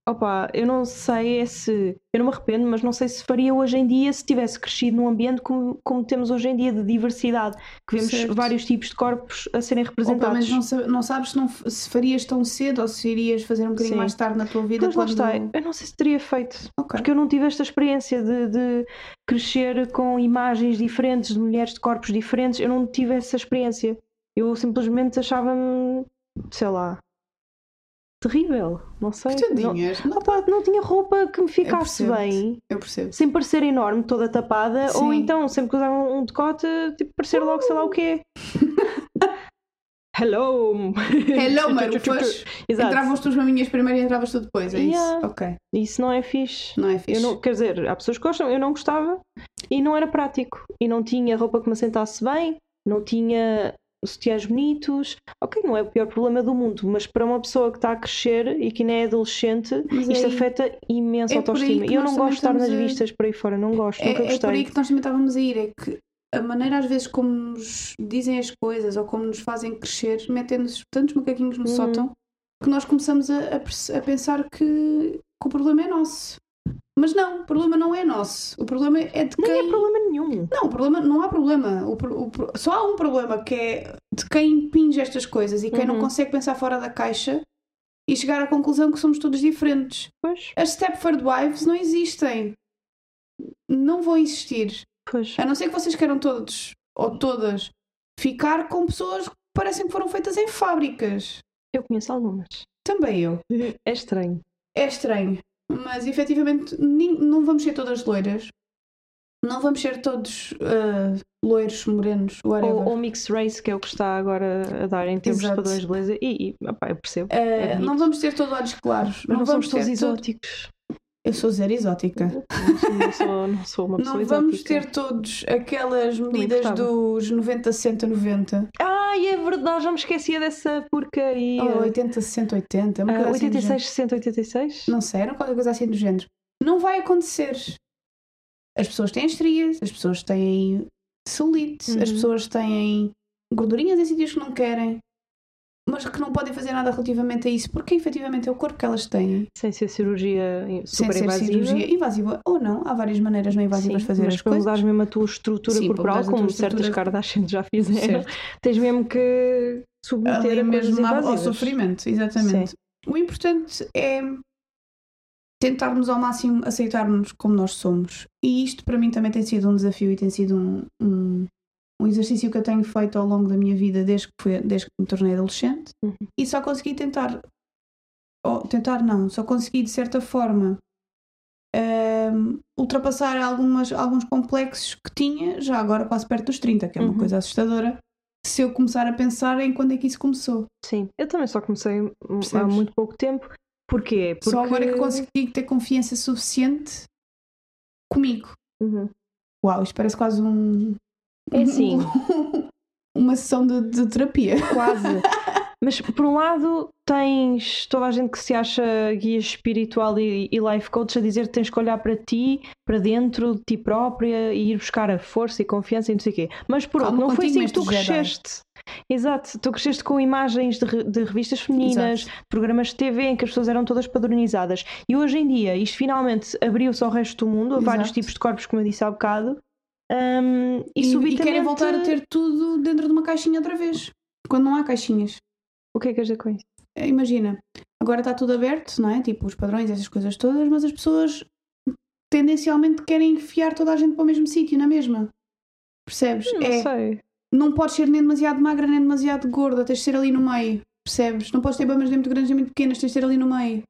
Speaker 1: opa, eu não sei é se. Eu não me arrependo, mas não sei se faria hoje em dia se tivesse crescido num ambiente como, como temos hoje em dia de diversidade, que vemos
Speaker 2: Certo.
Speaker 1: vários tipos de corpos a serem
Speaker 2: Ou pelo
Speaker 1: representados.
Speaker 2: menos não, sa- não sabes se, não f- se farias tão cedo ou se irias fazer um bocadinho
Speaker 1: Sim.
Speaker 2: mais tarde na tua vida.
Speaker 1: Pois lá
Speaker 2: quando...
Speaker 1: está, é- eu não sei se teria feito,
Speaker 2: Ok.
Speaker 1: porque eu não tive esta experiência de, de crescer com imagens diferentes, de mulheres de corpos diferentes, eu não tive essa experiência. Eu simplesmente achava-me, sei lá, terrível, não sei. Não,
Speaker 2: Coitadinhas. Não,
Speaker 1: Opa, não tinha roupa que me ficasse
Speaker 2: percebo-te.
Speaker 1: bem, *laughs*
Speaker 2: eu percebo.
Speaker 1: sem parecer enorme, toda tapada, ou
Speaker 2: Sim.
Speaker 1: então sempre que usava um decote, tipo, parecer logo sei lá o
Speaker 2: *laughs*
Speaker 1: quê. Hello! *laughs*
Speaker 2: Hello, mano. Pois,
Speaker 1: Exato.
Speaker 2: entravas tu as maminhas primeiro e entravas tu depois. É
Speaker 1: Yeah.
Speaker 2: isso. Ok.
Speaker 1: Isso não é fixe.
Speaker 2: Não é
Speaker 1: Eu
Speaker 2: fixe.
Speaker 1: não, quer dizer, há pessoas que gostam, eu não gostava e não era prático. E não tinha roupa que me assentasse bem, não tinha sutiãs bonitos. Ok, não é o pior problema do mundo, mas para uma pessoa que está a crescer e que nem é adolescente,
Speaker 2: Mas
Speaker 1: isto
Speaker 2: aí-
Speaker 1: afeta imenso
Speaker 2: é
Speaker 1: a
Speaker 2: por aí
Speaker 1: autoestima.
Speaker 2: que
Speaker 1: E eu
Speaker 2: nós
Speaker 1: não
Speaker 2: também
Speaker 1: gosto de estar nas
Speaker 2: estamos a-
Speaker 1: vistas por aí fora, não gosto, nunca
Speaker 2: É, é por
Speaker 1: gostei.
Speaker 2: aí que nós também estávamos a ir. É que a maneira, às vezes, como nos dizem as coisas ou como nos fazem crescer, metem-nos tantos macaquinhos no
Speaker 1: Uhum.
Speaker 2: sótão que nós começamos a, a perce- a pensar que, que o problema é nosso. Mas não, o problema não é nosso. O problema é de
Speaker 1: Nem é
Speaker 2: quem.
Speaker 1: problema nenhum.
Speaker 2: Não, o problema não há problema. O pro- o pro- Só há um problema que é de quem impinge estas coisas e quem não
Speaker 1: Uhum.
Speaker 2: consegue pensar fora da caixa e chegar à conclusão que somos todos diferentes.
Speaker 1: Pois,
Speaker 2: As Stepford Wives não existem. Não vão existir.
Speaker 1: pois.
Speaker 2: A não ser que vocês queiram todos ou todas ficar com pessoas que parecem que foram feitas em fábricas.
Speaker 1: Eu conheço algumas.
Speaker 2: Também eu.
Speaker 1: É estranho.
Speaker 2: É estranho, mas efetivamente nin- não vamos ser todas loiras. Não vamos ser todos ah, loiros, morenos, whatever.
Speaker 1: Ou, ou mix race, que é o que está agora a dar em termos
Speaker 2: Exato.
Speaker 1: de padrões de beleza. E, e opá, eu percebo.
Speaker 2: Ah,
Speaker 1: é bonito.
Speaker 2: não vamos ter todos olhos claros.
Speaker 1: Mas não, somos
Speaker 2: vamos
Speaker 1: todos
Speaker 2: ter todo-
Speaker 1: exóticos.
Speaker 2: Eu sou zero exótica.
Speaker 1: Não sou, não sou *laughs* uma pessoa
Speaker 2: Não vamos
Speaker 1: exótica.
Speaker 2: ter todos aquelas medidas
Speaker 1: importava.
Speaker 2: dos 90, 60, 90
Speaker 1: Ai, é verdade, já me esquecia dessa porcaria.
Speaker 2: ou 80, 60, 80, uma
Speaker 1: Ah,
Speaker 2: coisa assim do
Speaker 1: 86, 60, 86?
Speaker 2: género. não sei, era qualquer coisa assim do género. Não vai acontecer. As pessoas têm estrias, as pessoas têm celulite,
Speaker 1: Uhum.
Speaker 2: as pessoas têm gordurinhas em sítios que não querem, mas que não podem fazer nada relativamente a isso, porque efetivamente é o corpo que elas têm,
Speaker 1: Sem ser cirurgia eh,
Speaker 2: sem
Speaker 1: super
Speaker 2: ser
Speaker 1: invasiva.
Speaker 2: cirurgia invasiva ou não. Há várias maneiras não invasivas de
Speaker 1: Sim,
Speaker 2: fazer
Speaker 1: mas
Speaker 2: as
Speaker 1: para
Speaker 2: coisas.
Speaker 1: mudares mesmo a tua estrutura
Speaker 2: Sim, para
Speaker 1: corporal,
Speaker 2: mudares a
Speaker 1: como
Speaker 2: tua
Speaker 1: certas
Speaker 2: estrutura.
Speaker 1: Kardashians já fizeram,
Speaker 2: Certo.
Speaker 1: tens mesmo que submeter
Speaker 2: ali
Speaker 1: a coisas
Speaker 2: é mesmo ao- ao
Speaker 1: invasivas.
Speaker 2: sofrimento, exatamente. O importante é tentarmos ao máximo aceitarmos como nós somos. E isto para mim também tem sido um desafio e tem sido um, um, um exercício que eu tenho feito ao longo da minha vida desde que, fui, desde que me tornei adolescente
Speaker 1: Uhum.
Speaker 2: e só consegui tentar, ou tentar não, só consegui de certa forma ahm, ultrapassar algumas, alguns complexos que tinha já agora passo perto dos 30, que é uma
Speaker 1: Uhum.
Speaker 2: coisa assustadora se eu começar a pensar em quando é que isso começou.
Speaker 1: Sim, eu também só comecei m- há
Speaker 2: Percebes?
Speaker 1: muito pouco tempo. Porquê? Porque...
Speaker 2: Só agora é que consegui ter confiança suficiente comigo.
Speaker 1: Uhum.
Speaker 2: Uau, isto parece quase um.
Speaker 1: É assim.
Speaker 2: Uma sessão de, de terapia.
Speaker 1: Quase. Mas por um lado tens toda a gente que se acha guia espiritual e, e life coach a dizer que tens que olhar para ti, para dentro de ti própria e ir buscar a força e confiança e não sei o quê. Mas por
Speaker 2: Calma
Speaker 1: outro, não foi
Speaker 2: contigo,
Speaker 1: assim que tu
Speaker 2: mestre Jedi.
Speaker 1: cresceste. Exato, tu cresceste com imagens de, re- de revistas
Speaker 2: *laughs*
Speaker 1: femininas, programas de TV em que as pessoas eram todas padronizadas. E hoje em dia isto finalmente abriu-se ao resto do mundo, a vários
Speaker 2: Exato.
Speaker 1: tipos de corpos, como eu disse há bocado. Hum, e,
Speaker 2: E, e
Speaker 1: subitamente...
Speaker 2: querem voltar a ter tudo dentro de uma caixinha outra vez. Quando não há caixinhas.
Speaker 1: O que é que queres dizer com isso?
Speaker 2: Eh, Imagina, agora está tudo aberto, não é? Tipo, os padrões, essas coisas todas, mas as pessoas tendencialmente querem enfiar toda a gente para o mesmo sítio, na mesma. Percebes?
Speaker 1: Hum, Não
Speaker 2: é,
Speaker 1: sei.
Speaker 2: não podes ser nem demasiado magra nem demasiado gorda, tens de ser ali no meio, percebes? Não podes ter bambas nem muito grandes nem muito pequenas, tens de ser ali no meio.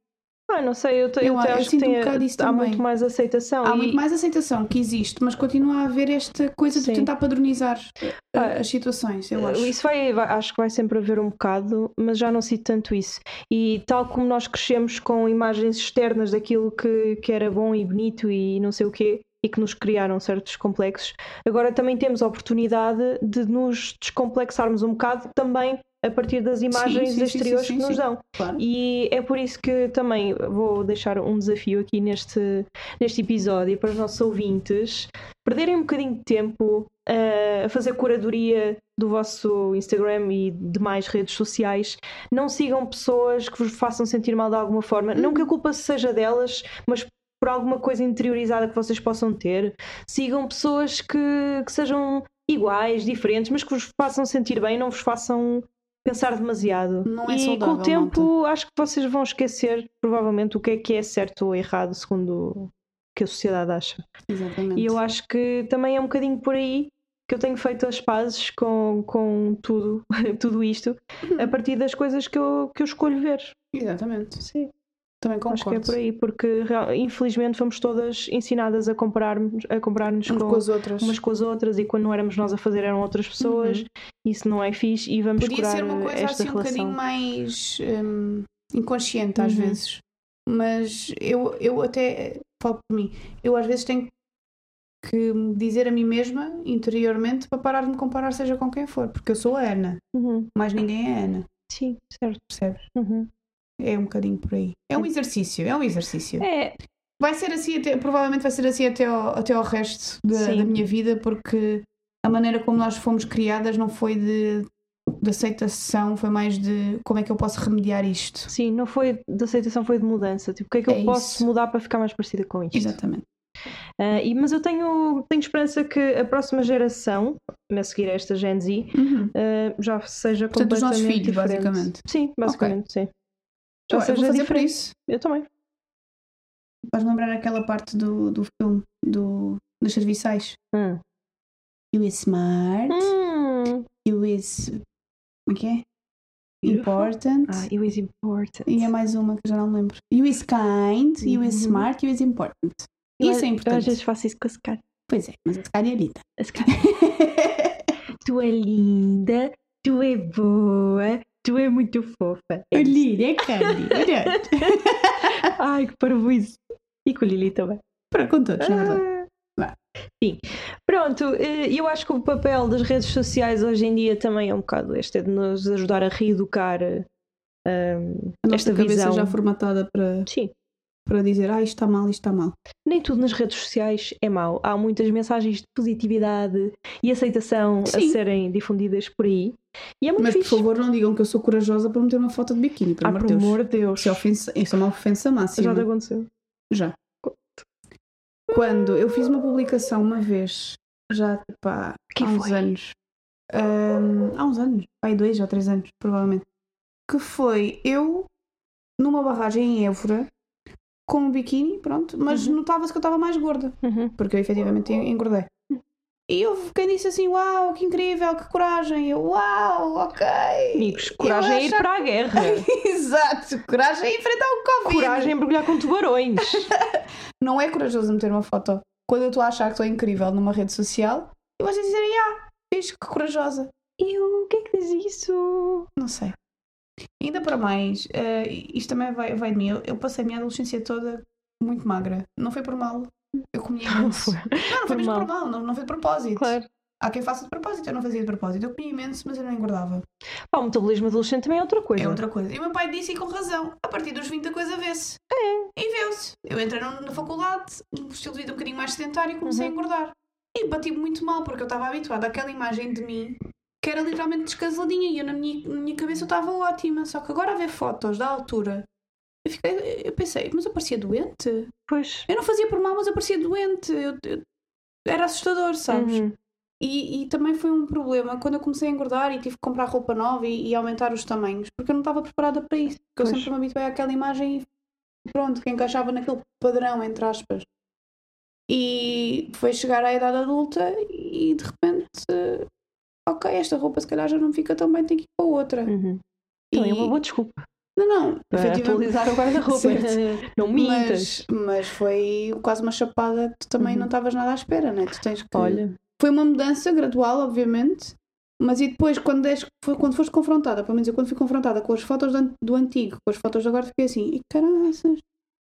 Speaker 1: Ah, não sei, eu, te, eu,
Speaker 2: Eu
Speaker 1: te
Speaker 2: a- eu
Speaker 1: acho que
Speaker 2: sinto um
Speaker 1: tem,
Speaker 2: bocado isso
Speaker 1: há
Speaker 2: também.
Speaker 1: muito mais aceitação.
Speaker 2: Há
Speaker 1: e-
Speaker 2: muito mais aceitação que existe, mas continua a haver esta coisa
Speaker 1: Sim.
Speaker 2: de tentar padronizar eh,
Speaker 1: Ah,
Speaker 2: as situações, eu
Speaker 1: eh,
Speaker 2: acho.
Speaker 1: Isso vai, vai- acho que vai sempre haver um bocado, mas já não sinto tanto isso. E tal como nós crescemos com imagens externas daquilo que, que era bom e bonito e não sei o quê, e que nos criaram certos complexos, agora também temos a oportunidade de nos descomplexarmos um bocado também a partir das imagens
Speaker 2: sim, sim, sim,
Speaker 1: exteriores
Speaker 2: sim,
Speaker 1: que nos
Speaker 2: sim.
Speaker 1: dão.
Speaker 2: Claro.
Speaker 1: E é por isso que também vou deixar um desafio aqui neste, neste episódio para os nossos ouvintes perderem um bocadinho de tempo eh, a fazer curadoria do vosso Instagram e demais redes sociais. Não sigam pessoas que vos façam sentir mal de alguma forma. Não que a culpa seja delas, mas por alguma coisa interiorizada que vocês possam ter. Sigam pessoas que, que sejam iguais, diferentes, mas que vos façam sentir bem, não vos façam pensar demasiado.
Speaker 2: Não é
Speaker 1: e
Speaker 2: saudável,
Speaker 1: com o tempo acho que vocês vão esquecer provavelmente o que é que é certo ou errado segundo o que a sociedade acha.
Speaker 2: Exatamente.
Speaker 1: E eu acho que também é um bocadinho por aí que eu tenho feito as pazes com, com tudo, *laughs* tudo isto, a
Speaker 2: Uhum.
Speaker 1: partir das coisas que eu, que eu escolho ver.
Speaker 2: Exatamente.
Speaker 1: Sim,
Speaker 2: Também
Speaker 1: acho que é
Speaker 2: concordo.
Speaker 1: por aí, porque real- infelizmente fomos todas ensinadas a compararmos, a compararmos
Speaker 2: Uns
Speaker 1: com,
Speaker 2: com as outras.
Speaker 1: umas com as outras e quando não éramos nós a fazer eram outras pessoas.
Speaker 2: Uhum.
Speaker 1: Isso não é fixe e vamos
Speaker 2: Podia
Speaker 1: curar
Speaker 2: ser uma coisa
Speaker 1: eh, esta
Speaker 2: assim um
Speaker 1: relação.
Speaker 2: bocadinho mais hum, inconsciente às
Speaker 1: Uhum.
Speaker 2: vezes. Mas eu, eu até falo por mim, eu às vezes tenho que me dizer a mim mesma interiormente para parar de me comparar seja com quem for, porque eu sou a Ana,
Speaker 1: Uhum.
Speaker 2: mais ninguém é a Ana,
Speaker 1: Sim, certo.
Speaker 2: percebes?
Speaker 1: Uhum.
Speaker 2: É um bocadinho por aí. É um exercício, é um exercício.
Speaker 1: É,
Speaker 2: Vai ser assim, até, provavelmente vai ser assim até ao, até ao resto da,
Speaker 1: Sim.
Speaker 2: da minha vida, porque a maneira como nós fomos criadas não foi de, de aceitação, foi mais de como é que eu posso remediar isto.
Speaker 1: sim, não foi de aceitação, foi de mudança. Tipo, o que é que
Speaker 2: É
Speaker 1: eu
Speaker 2: isso.
Speaker 1: posso mudar para ficar mais parecida com isto?
Speaker 2: Exatamente.
Speaker 1: Ah, e- mas eu tenho, tenho esperança que a próxima geração, a seguir a esta Gen Z, ah, já seja
Speaker 2: Portanto,
Speaker 1: completamente
Speaker 2: os nossos filhos,
Speaker 1: diferente.
Speaker 2: basicamente.
Speaker 1: Sim, basicamente, sim. Já
Speaker 2: Ou seja,
Speaker 1: seja
Speaker 2: Então, vou
Speaker 1: é
Speaker 2: fazer para
Speaker 1: diferente.
Speaker 2: isso.
Speaker 1: Eu também.
Speaker 2: Vais lembrar aquela parte do, do filme do, dos serviçais.
Speaker 1: Hum.
Speaker 2: You is smart,
Speaker 1: Hum.
Speaker 2: you is. Como é que é?
Speaker 1: Beautiful.
Speaker 2: important.
Speaker 1: Ah, you is important.
Speaker 2: E é mais uma que eu já não lembro. You is kind, you is
Speaker 1: Uhum.
Speaker 2: smart, you is important.
Speaker 1: Eu-
Speaker 2: Isso é
Speaker 1: Eu às
Speaker 2: importante.
Speaker 1: vezes faço isso com a Scar.
Speaker 2: Pois é, mas a cara é linda.
Speaker 1: A Scar.
Speaker 2: *laughs*
Speaker 1: tu é linda, tu é boa, tu é muito fofa. É isso.
Speaker 2: Olha, Candy. Olha.
Speaker 1: Ai, que parvoíce. E com o Lili também.
Speaker 2: Para com todos, na verdade.
Speaker 1: Ah. Sim. Pronto, eh, eu acho que o papel das redes sociais hoje em dia também é um bocado este, é de nos ajudar a reeducar. eh, ahm,
Speaker 2: A nossa
Speaker 1: Esta
Speaker 2: cabeça
Speaker 1: visão.
Speaker 2: já formatada para,
Speaker 1: sim,
Speaker 2: para dizer, ah, isto está mal, isto está mal.
Speaker 1: nem tudo nas redes sociais é mau. Há muitas mensagens de positividade e aceitação a
Speaker 2: Sim.
Speaker 1: serem difundidas por aí. E é muito
Speaker 2: Mas por
Speaker 1: fixe.
Speaker 2: favor, não digam que eu sou corajosa para meter uma foto de biquíni, pelo
Speaker 1: Ah,
Speaker 2: amor
Speaker 1: por
Speaker 2: de Deus.
Speaker 1: amor de Deus.
Speaker 2: Isso é, ofensa, isso é uma ofensa
Speaker 1: Já
Speaker 2: máxima.
Speaker 1: te aconteceu.
Speaker 2: Já. Quando eu fiz uma publicação uma vez, já tipo, há,
Speaker 1: Que
Speaker 2: há uns
Speaker 1: foi?
Speaker 2: anos. Ahm, há uns anos, vai dois ou três anos, provavelmente. Que foi eu numa barragem em Évora com um biquíni, pronto, mas
Speaker 1: Uhum.
Speaker 2: notava-se que eu estava mais gorda,
Speaker 1: Uhum.
Speaker 2: porque eu efetivamente en- engordei. E houve quem disse assim: Uau, que incrível, que coragem! E eu, Uau, ok!
Speaker 1: Amigos,
Speaker 2: Eu
Speaker 1: coragem é ir *laughs*
Speaker 2: acho-
Speaker 1: para a
Speaker 2: *laughs*
Speaker 1: guerra.
Speaker 2: Exato, coragem é enfrentar o Covid!
Speaker 1: coragem é mergulhar com
Speaker 2: *laughs*
Speaker 1: tubarões.
Speaker 2: não é corajoso meter uma foto quando eu estou a achar que estou incrível numa rede social e vocês dizerem, ah, fiz que corajosa.
Speaker 1: eu, o que é que diz isso?
Speaker 2: Não sei. Ainda para mais, eh, isto também vai, vai de mim. Eu, eu passei a minha adolescência toda muito magra. Não foi por mal. Eu comia imenso. Não, não foi
Speaker 1: por
Speaker 2: mesmo
Speaker 1: mal.
Speaker 2: por mal, não, não foi de propósito.
Speaker 1: Claro.
Speaker 2: Há quem faça de propósito, eu não fazia de propósito. Eu comia imenso, mas eu não engordava.
Speaker 1: Pá, o metabolismo adolescente também é outra coisa.
Speaker 2: É outra coisa. E o meu pai disse, e com razão, a partir dos 20 a coisa vê-se. É. E vê-se. Eu entrei na na faculdade, um estilo de vida um bocadinho mais sedentário e comecei a
Speaker 1: Uhum.
Speaker 2: engordar. E bati muito mal, porque eu estava habituada àquela imagem de mim que era literalmente descasadinha e eu na minha, na minha cabeça eu estava ótima. Só que agora a ver fotos da altura, eu, fiquei, eu pensei, mas eu parecia doente?
Speaker 1: Pois.
Speaker 2: Eu não fazia por mal, mas eu parecia doente. Eu- eu- era assustador, sabes?
Speaker 1: Uhum.
Speaker 2: E, e também foi um problema quando eu comecei a engordar e tive que comprar roupa nova e, e aumentar os tamanhos, porque eu não estava preparada para isso.
Speaker 1: Pois.
Speaker 2: Porque eu sempre me habituei àquela imagem e pronto, que encaixava naquele padrão, entre aspas. E foi chegar à idade adulta e de repente, eh, ok, esta roupa se calhar já não fica tão bem, tenho que ir para outra.
Speaker 1: Uhum. Então é
Speaker 2: E-
Speaker 1: uma boa desculpa
Speaker 2: Não, não,
Speaker 1: para atualizar o guarda-roupa.
Speaker 2: *laughs* Certo.
Speaker 1: Não mintas.
Speaker 2: Mas, mas foi quase uma chapada, tu também
Speaker 1: Uhum.
Speaker 2: não estavas nada à espera, né? Tu tens que *laughs*
Speaker 1: Olha,
Speaker 2: foi uma mudança gradual, obviamente, mas e depois, quando, és, foi- quando foste confrontada, pelo menos eu quando fui confrontada com as fotos do, an- do antigo, com as fotos de agora, fiquei assim, e caraças,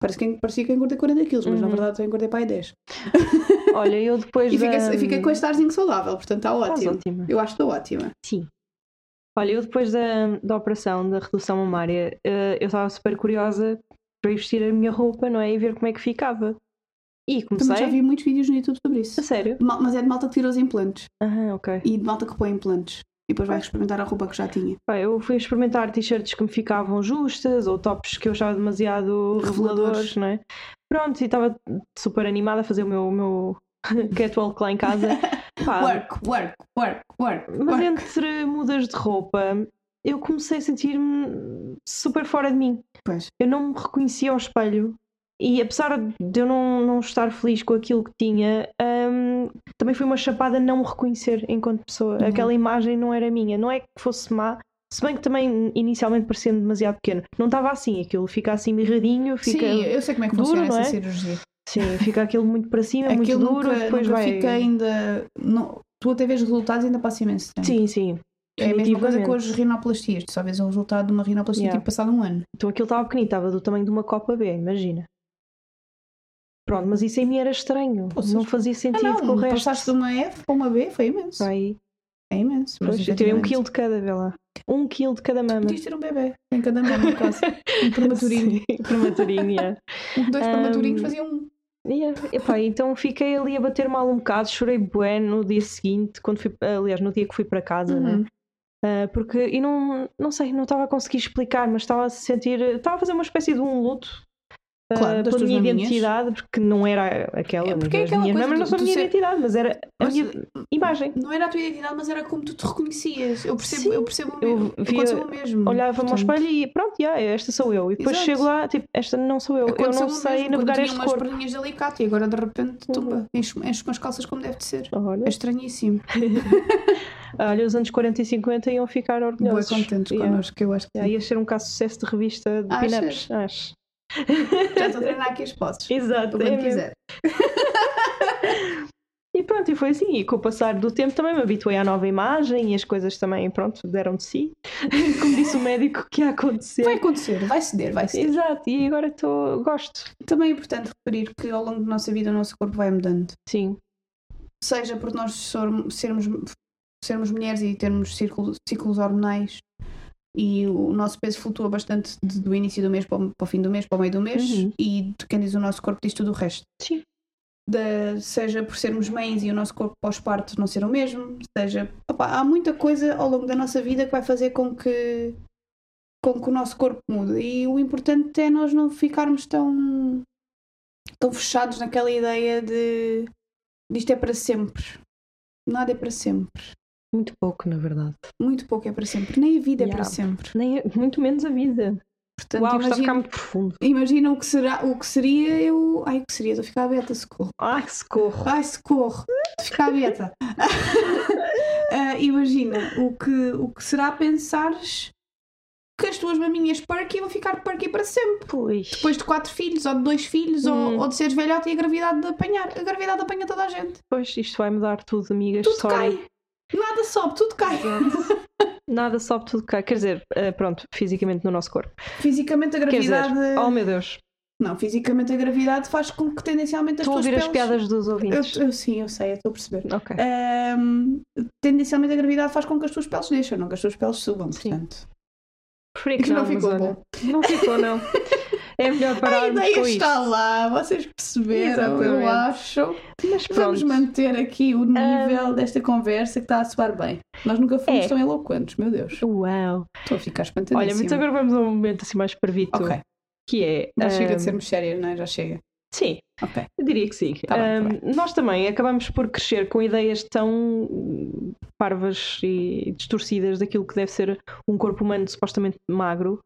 Speaker 2: parece que, parecia que eu engordei 40 quilos, mas na
Speaker 1: Uhum.
Speaker 2: verdade eu engordei para aí 10.
Speaker 1: olha, eu depois.
Speaker 2: E fiquei,
Speaker 1: da...
Speaker 2: fiquei com este arzinho saudável, portanto está
Speaker 1: Estás
Speaker 2: ótimo.
Speaker 1: ótima.
Speaker 2: Eu acho que estou ótima.
Speaker 1: Sim. Olha, eu depois da, da operação da redução mamária, eh, eu estava super curiosa para ir vestir a minha roupa, não é? E ver como é que ficava. E
Speaker 2: Também já
Speaker 1: comecei.
Speaker 2: vi muitos vídeos no YouTube sobre
Speaker 1: A
Speaker 2: isso.
Speaker 1: sério?
Speaker 2: Mal- Mas é de malta que tira os implantes
Speaker 1: Ah, ok.
Speaker 2: e de malta que põe implantes. E depois vai experimentar a roupa que já tinha.
Speaker 1: Pá, eu fui experimentar t-shirts que me ficavam justas ou tops que eu achava demasiado
Speaker 2: Reveladores.
Speaker 1: reveladores, não é? Pronto, e estava super animada a fazer o meu, o meu *laughs* catwalk lá em
Speaker 2: *laughs*
Speaker 1: casa. Pá,
Speaker 2: Work, work, work, work,
Speaker 1: Ah. mas é
Speaker 2: work.
Speaker 1: entre mudas de roupa, eu comecei a sentir-me super fora de mim.
Speaker 2: Pois.
Speaker 1: Eu não me reconhecia ao espelho. E apesar de eu não, não estar feliz com aquilo que tinha, hum, também foi uma chapada não me reconhecer enquanto pessoa.
Speaker 2: Uhum.
Speaker 1: Aquela imagem não era minha. Não é que fosse má, se bem que também inicialmente parecia demasiado pequeno. Não estava assim, aquilo fica assim mirradinho, fica,
Speaker 2: Sim, eu sei como é que
Speaker 1: duro,
Speaker 2: funciona
Speaker 1: não
Speaker 2: essa
Speaker 1: é?
Speaker 2: cirurgia.
Speaker 1: sim, fica aquilo muito para cima, é muito
Speaker 2: Aquilo
Speaker 1: duro,
Speaker 2: nunca,
Speaker 1: depois
Speaker 2: nunca
Speaker 1: vai.
Speaker 2: fica ainda. não- tu até vês resultados e ainda passa imenso tempo.
Speaker 1: Sim, sim.
Speaker 2: é a mesma coisa com
Speaker 1: definitivamente.
Speaker 2: as rinoplastias. Tu só vês o resultado de uma rinoplastia
Speaker 1: Yeah.
Speaker 2: tipo passado um ano.
Speaker 1: Então aquilo estava pequenino, estava do tamanho de uma Copa B, imagina. Pronto, mas isso em mim era estranho.
Speaker 2: Poças.
Speaker 1: Não fazia sentido
Speaker 2: Ah,
Speaker 1: com o
Speaker 2: não,
Speaker 1: resto.
Speaker 2: passaste de uma F para uma B, foi imenso.
Speaker 1: Vai,
Speaker 2: É imenso. mas
Speaker 1: pois, eu tirei um
Speaker 2: efetivamente,
Speaker 1: quilo de cada, vê lá. Um quilo de cada mama.
Speaker 2: Podias ter um bebê em cada mama,
Speaker 1: *laughs*
Speaker 2: quase. Um prematurinho.
Speaker 1: Sim, Prematurinho, yeah.
Speaker 2: Um, dois
Speaker 1: Um,
Speaker 2: prematurinhos faziam um.
Speaker 1: Yeah. Epá, então fiquei ali a bater mal um bocado, chorei bué no dia seguinte, quando fui, aliás, no dia que fui para casa, né?
Speaker 2: Uhum.
Speaker 1: Ah, porque, e não, não sei, não estava a conseguir explicar, mas estava a sentir, estava a fazer uma espécie de um luto ah,
Speaker 2: Claro, das
Speaker 1: pela
Speaker 2: tuas
Speaker 1: minha
Speaker 2: maminhas.
Speaker 1: identidade, porque não era aquela,
Speaker 2: É,
Speaker 1: mas
Speaker 2: porque é
Speaker 1: as
Speaker 2: aquela
Speaker 1: minhas
Speaker 2: coisa
Speaker 1: mamas
Speaker 2: do-
Speaker 1: não são a
Speaker 2: do
Speaker 1: minha
Speaker 2: ser-
Speaker 1: identidade, mas era a
Speaker 2: Mas
Speaker 1: minha imagem.
Speaker 2: Não era a tua identidade, mas era como tu te reconhecias. Eu percebo,
Speaker 1: Sim,
Speaker 2: eu percebo o
Speaker 1: eu
Speaker 2: mesmo.
Speaker 1: via-
Speaker 2: Aconteceu o mesmo.
Speaker 1: Olhava-me ao
Speaker 2: Hum, portanto.
Speaker 1: espelho e pronto, yeah, esta sou eu. E depois
Speaker 2: Exato.
Speaker 1: chego lá, tipo, esta não sou eu. Eu não
Speaker 2: Aconteceu o
Speaker 1: sei
Speaker 2: mesmo,
Speaker 1: navegar
Speaker 2: quando
Speaker 1: este
Speaker 2: tinha umas
Speaker 1: corpo.
Speaker 2: perninhas de alicate e agora de repente
Speaker 1: Uhum.
Speaker 2: É tumba. Enche, enche umas calças como deve de ser.
Speaker 1: Olha.
Speaker 2: É estranhíssimo.
Speaker 1: Olha, os anos 40 e 50 iam ficar
Speaker 2: Boa
Speaker 1: orgulhosos.
Speaker 2: contentes
Speaker 1: Yeah.
Speaker 2: connosco, eu acho que
Speaker 1: Yeah, ia ser um caso de sucesso de revista de
Speaker 2: Ah, Achas?
Speaker 1: pin-ups, acho.
Speaker 2: já estou a treinar aqui as posses.
Speaker 1: Exato, é
Speaker 2: Quando
Speaker 1: mesmo.
Speaker 2: quiser.
Speaker 1: E pronto, e foi assim. E com o passar do tempo também me habituei à nova imagem e as coisas também, pronto, deram de si. *laughs* Como disse o médico, que ia acontecer.
Speaker 2: Vai acontecer, vai ceder, vai ceder.
Speaker 1: Exato, e agora estou gosto.
Speaker 2: Também é importante referir que ao longo da nossa vida o nosso corpo vai mudando.
Speaker 1: Sim,
Speaker 2: Seja por nós sor- sermos, sermos mulheres e termos círculo- ciclos hormonais e o nosso peso flutua bastante de- do início do mês para o, para o fim do mês, para o meio do mês
Speaker 1: Uhum.
Speaker 2: e de quem diz o nosso corpo diz tudo o resto.
Speaker 1: sim.
Speaker 2: Da- seja por sermos mães e o nosso corpo pós-parto não ser o mesmo, seja. opá, há muita coisa ao longo da nossa vida que vai fazer com que, com que o nosso corpo mude. E o importante é nós não ficarmos tão, tão fechados naquela ideia de isto é para sempre. Nada é para sempre.
Speaker 1: Muito pouco, na verdade.
Speaker 2: Muito pouco é para sempre. Nem a vida é
Speaker 1: Yeah.
Speaker 2: para sempre.
Speaker 1: Nem, muito menos a vida.
Speaker 2: Portanto,
Speaker 1: Uau, está a ficar
Speaker 2: imagina,
Speaker 1: muito profundo.
Speaker 2: imagina o, que será, o que seria eu. Ai, o que seria? Estou a ficar aberta, socorro.
Speaker 1: Ai, socorro.
Speaker 2: Ai, socorro! Fica aberta. *laughs* Ah, imagina o que, o que será pensares que as tuas maminhas perky vão ficar perky para sempre.
Speaker 1: Pois.
Speaker 2: Depois de quatro filhos, ou de dois filhos,
Speaker 1: Hum.
Speaker 2: ou, ou de seres velhote e a gravidade de apanhar. A gravidade apanha toda a gente.
Speaker 1: Pois, isto vai mudar tudo, amigas.
Speaker 2: Tudo
Speaker 1: Sorry.
Speaker 2: cai. Nada sobe, tudo cai.
Speaker 1: Nada sobe, tudo cai. Quer dizer, eh, pronto, fisicamente no nosso corpo.
Speaker 2: Fisicamente a
Speaker 1: Quer dizer,
Speaker 2: gravidade.
Speaker 1: oh meu Deus,
Speaker 2: Não, fisicamente a gravidade faz com que tendencialmente as
Speaker 1: estou a
Speaker 2: tuas
Speaker 1: ouvir as
Speaker 2: peles-
Speaker 1: piadas dos ouvintes.
Speaker 2: Eu, É eu, sim, eu sei, eu estou a perceber.
Speaker 1: Ok.
Speaker 2: Ahm, tendencialmente a gravidade faz com que as tuas peles deixem, não que as tuas peles subam,
Speaker 1: Sim.
Speaker 2: portanto.
Speaker 1: Preferi que
Speaker 2: Não
Speaker 1: não, mas
Speaker 2: ficou
Speaker 1: olha,
Speaker 2: bom.
Speaker 1: Não ficou, não. É melhor
Speaker 2: *laughs* A
Speaker 1: pararmos
Speaker 2: ideia
Speaker 1: com
Speaker 2: está
Speaker 1: isto.
Speaker 2: lá, vocês perceberam, eu
Speaker 1: Exatamente.
Speaker 2: acho.
Speaker 1: Mas pronto.
Speaker 2: Vamos manter aqui o nível desta conversa que está a soar bem. Nós nunca fomos
Speaker 1: É.
Speaker 2: tão eloquentes, meu Deus.
Speaker 1: Uau.
Speaker 2: Estou a ficar espantadíssima.
Speaker 1: Olha, mas agora vamos a um momento assim mais pervito,
Speaker 2: Ok,
Speaker 1: que é...
Speaker 2: já chega
Speaker 1: ahm,
Speaker 2: de sermos sérias, não é? Já chega.
Speaker 1: Sim,
Speaker 2: Ok.
Speaker 1: eu diria que sim.
Speaker 2: Tá bem, tá
Speaker 1: Ahm, Nós também acabamos por crescer com ideias tão hum, parvas e distorcidas daquilo que deve ser um corpo humano supostamente magro,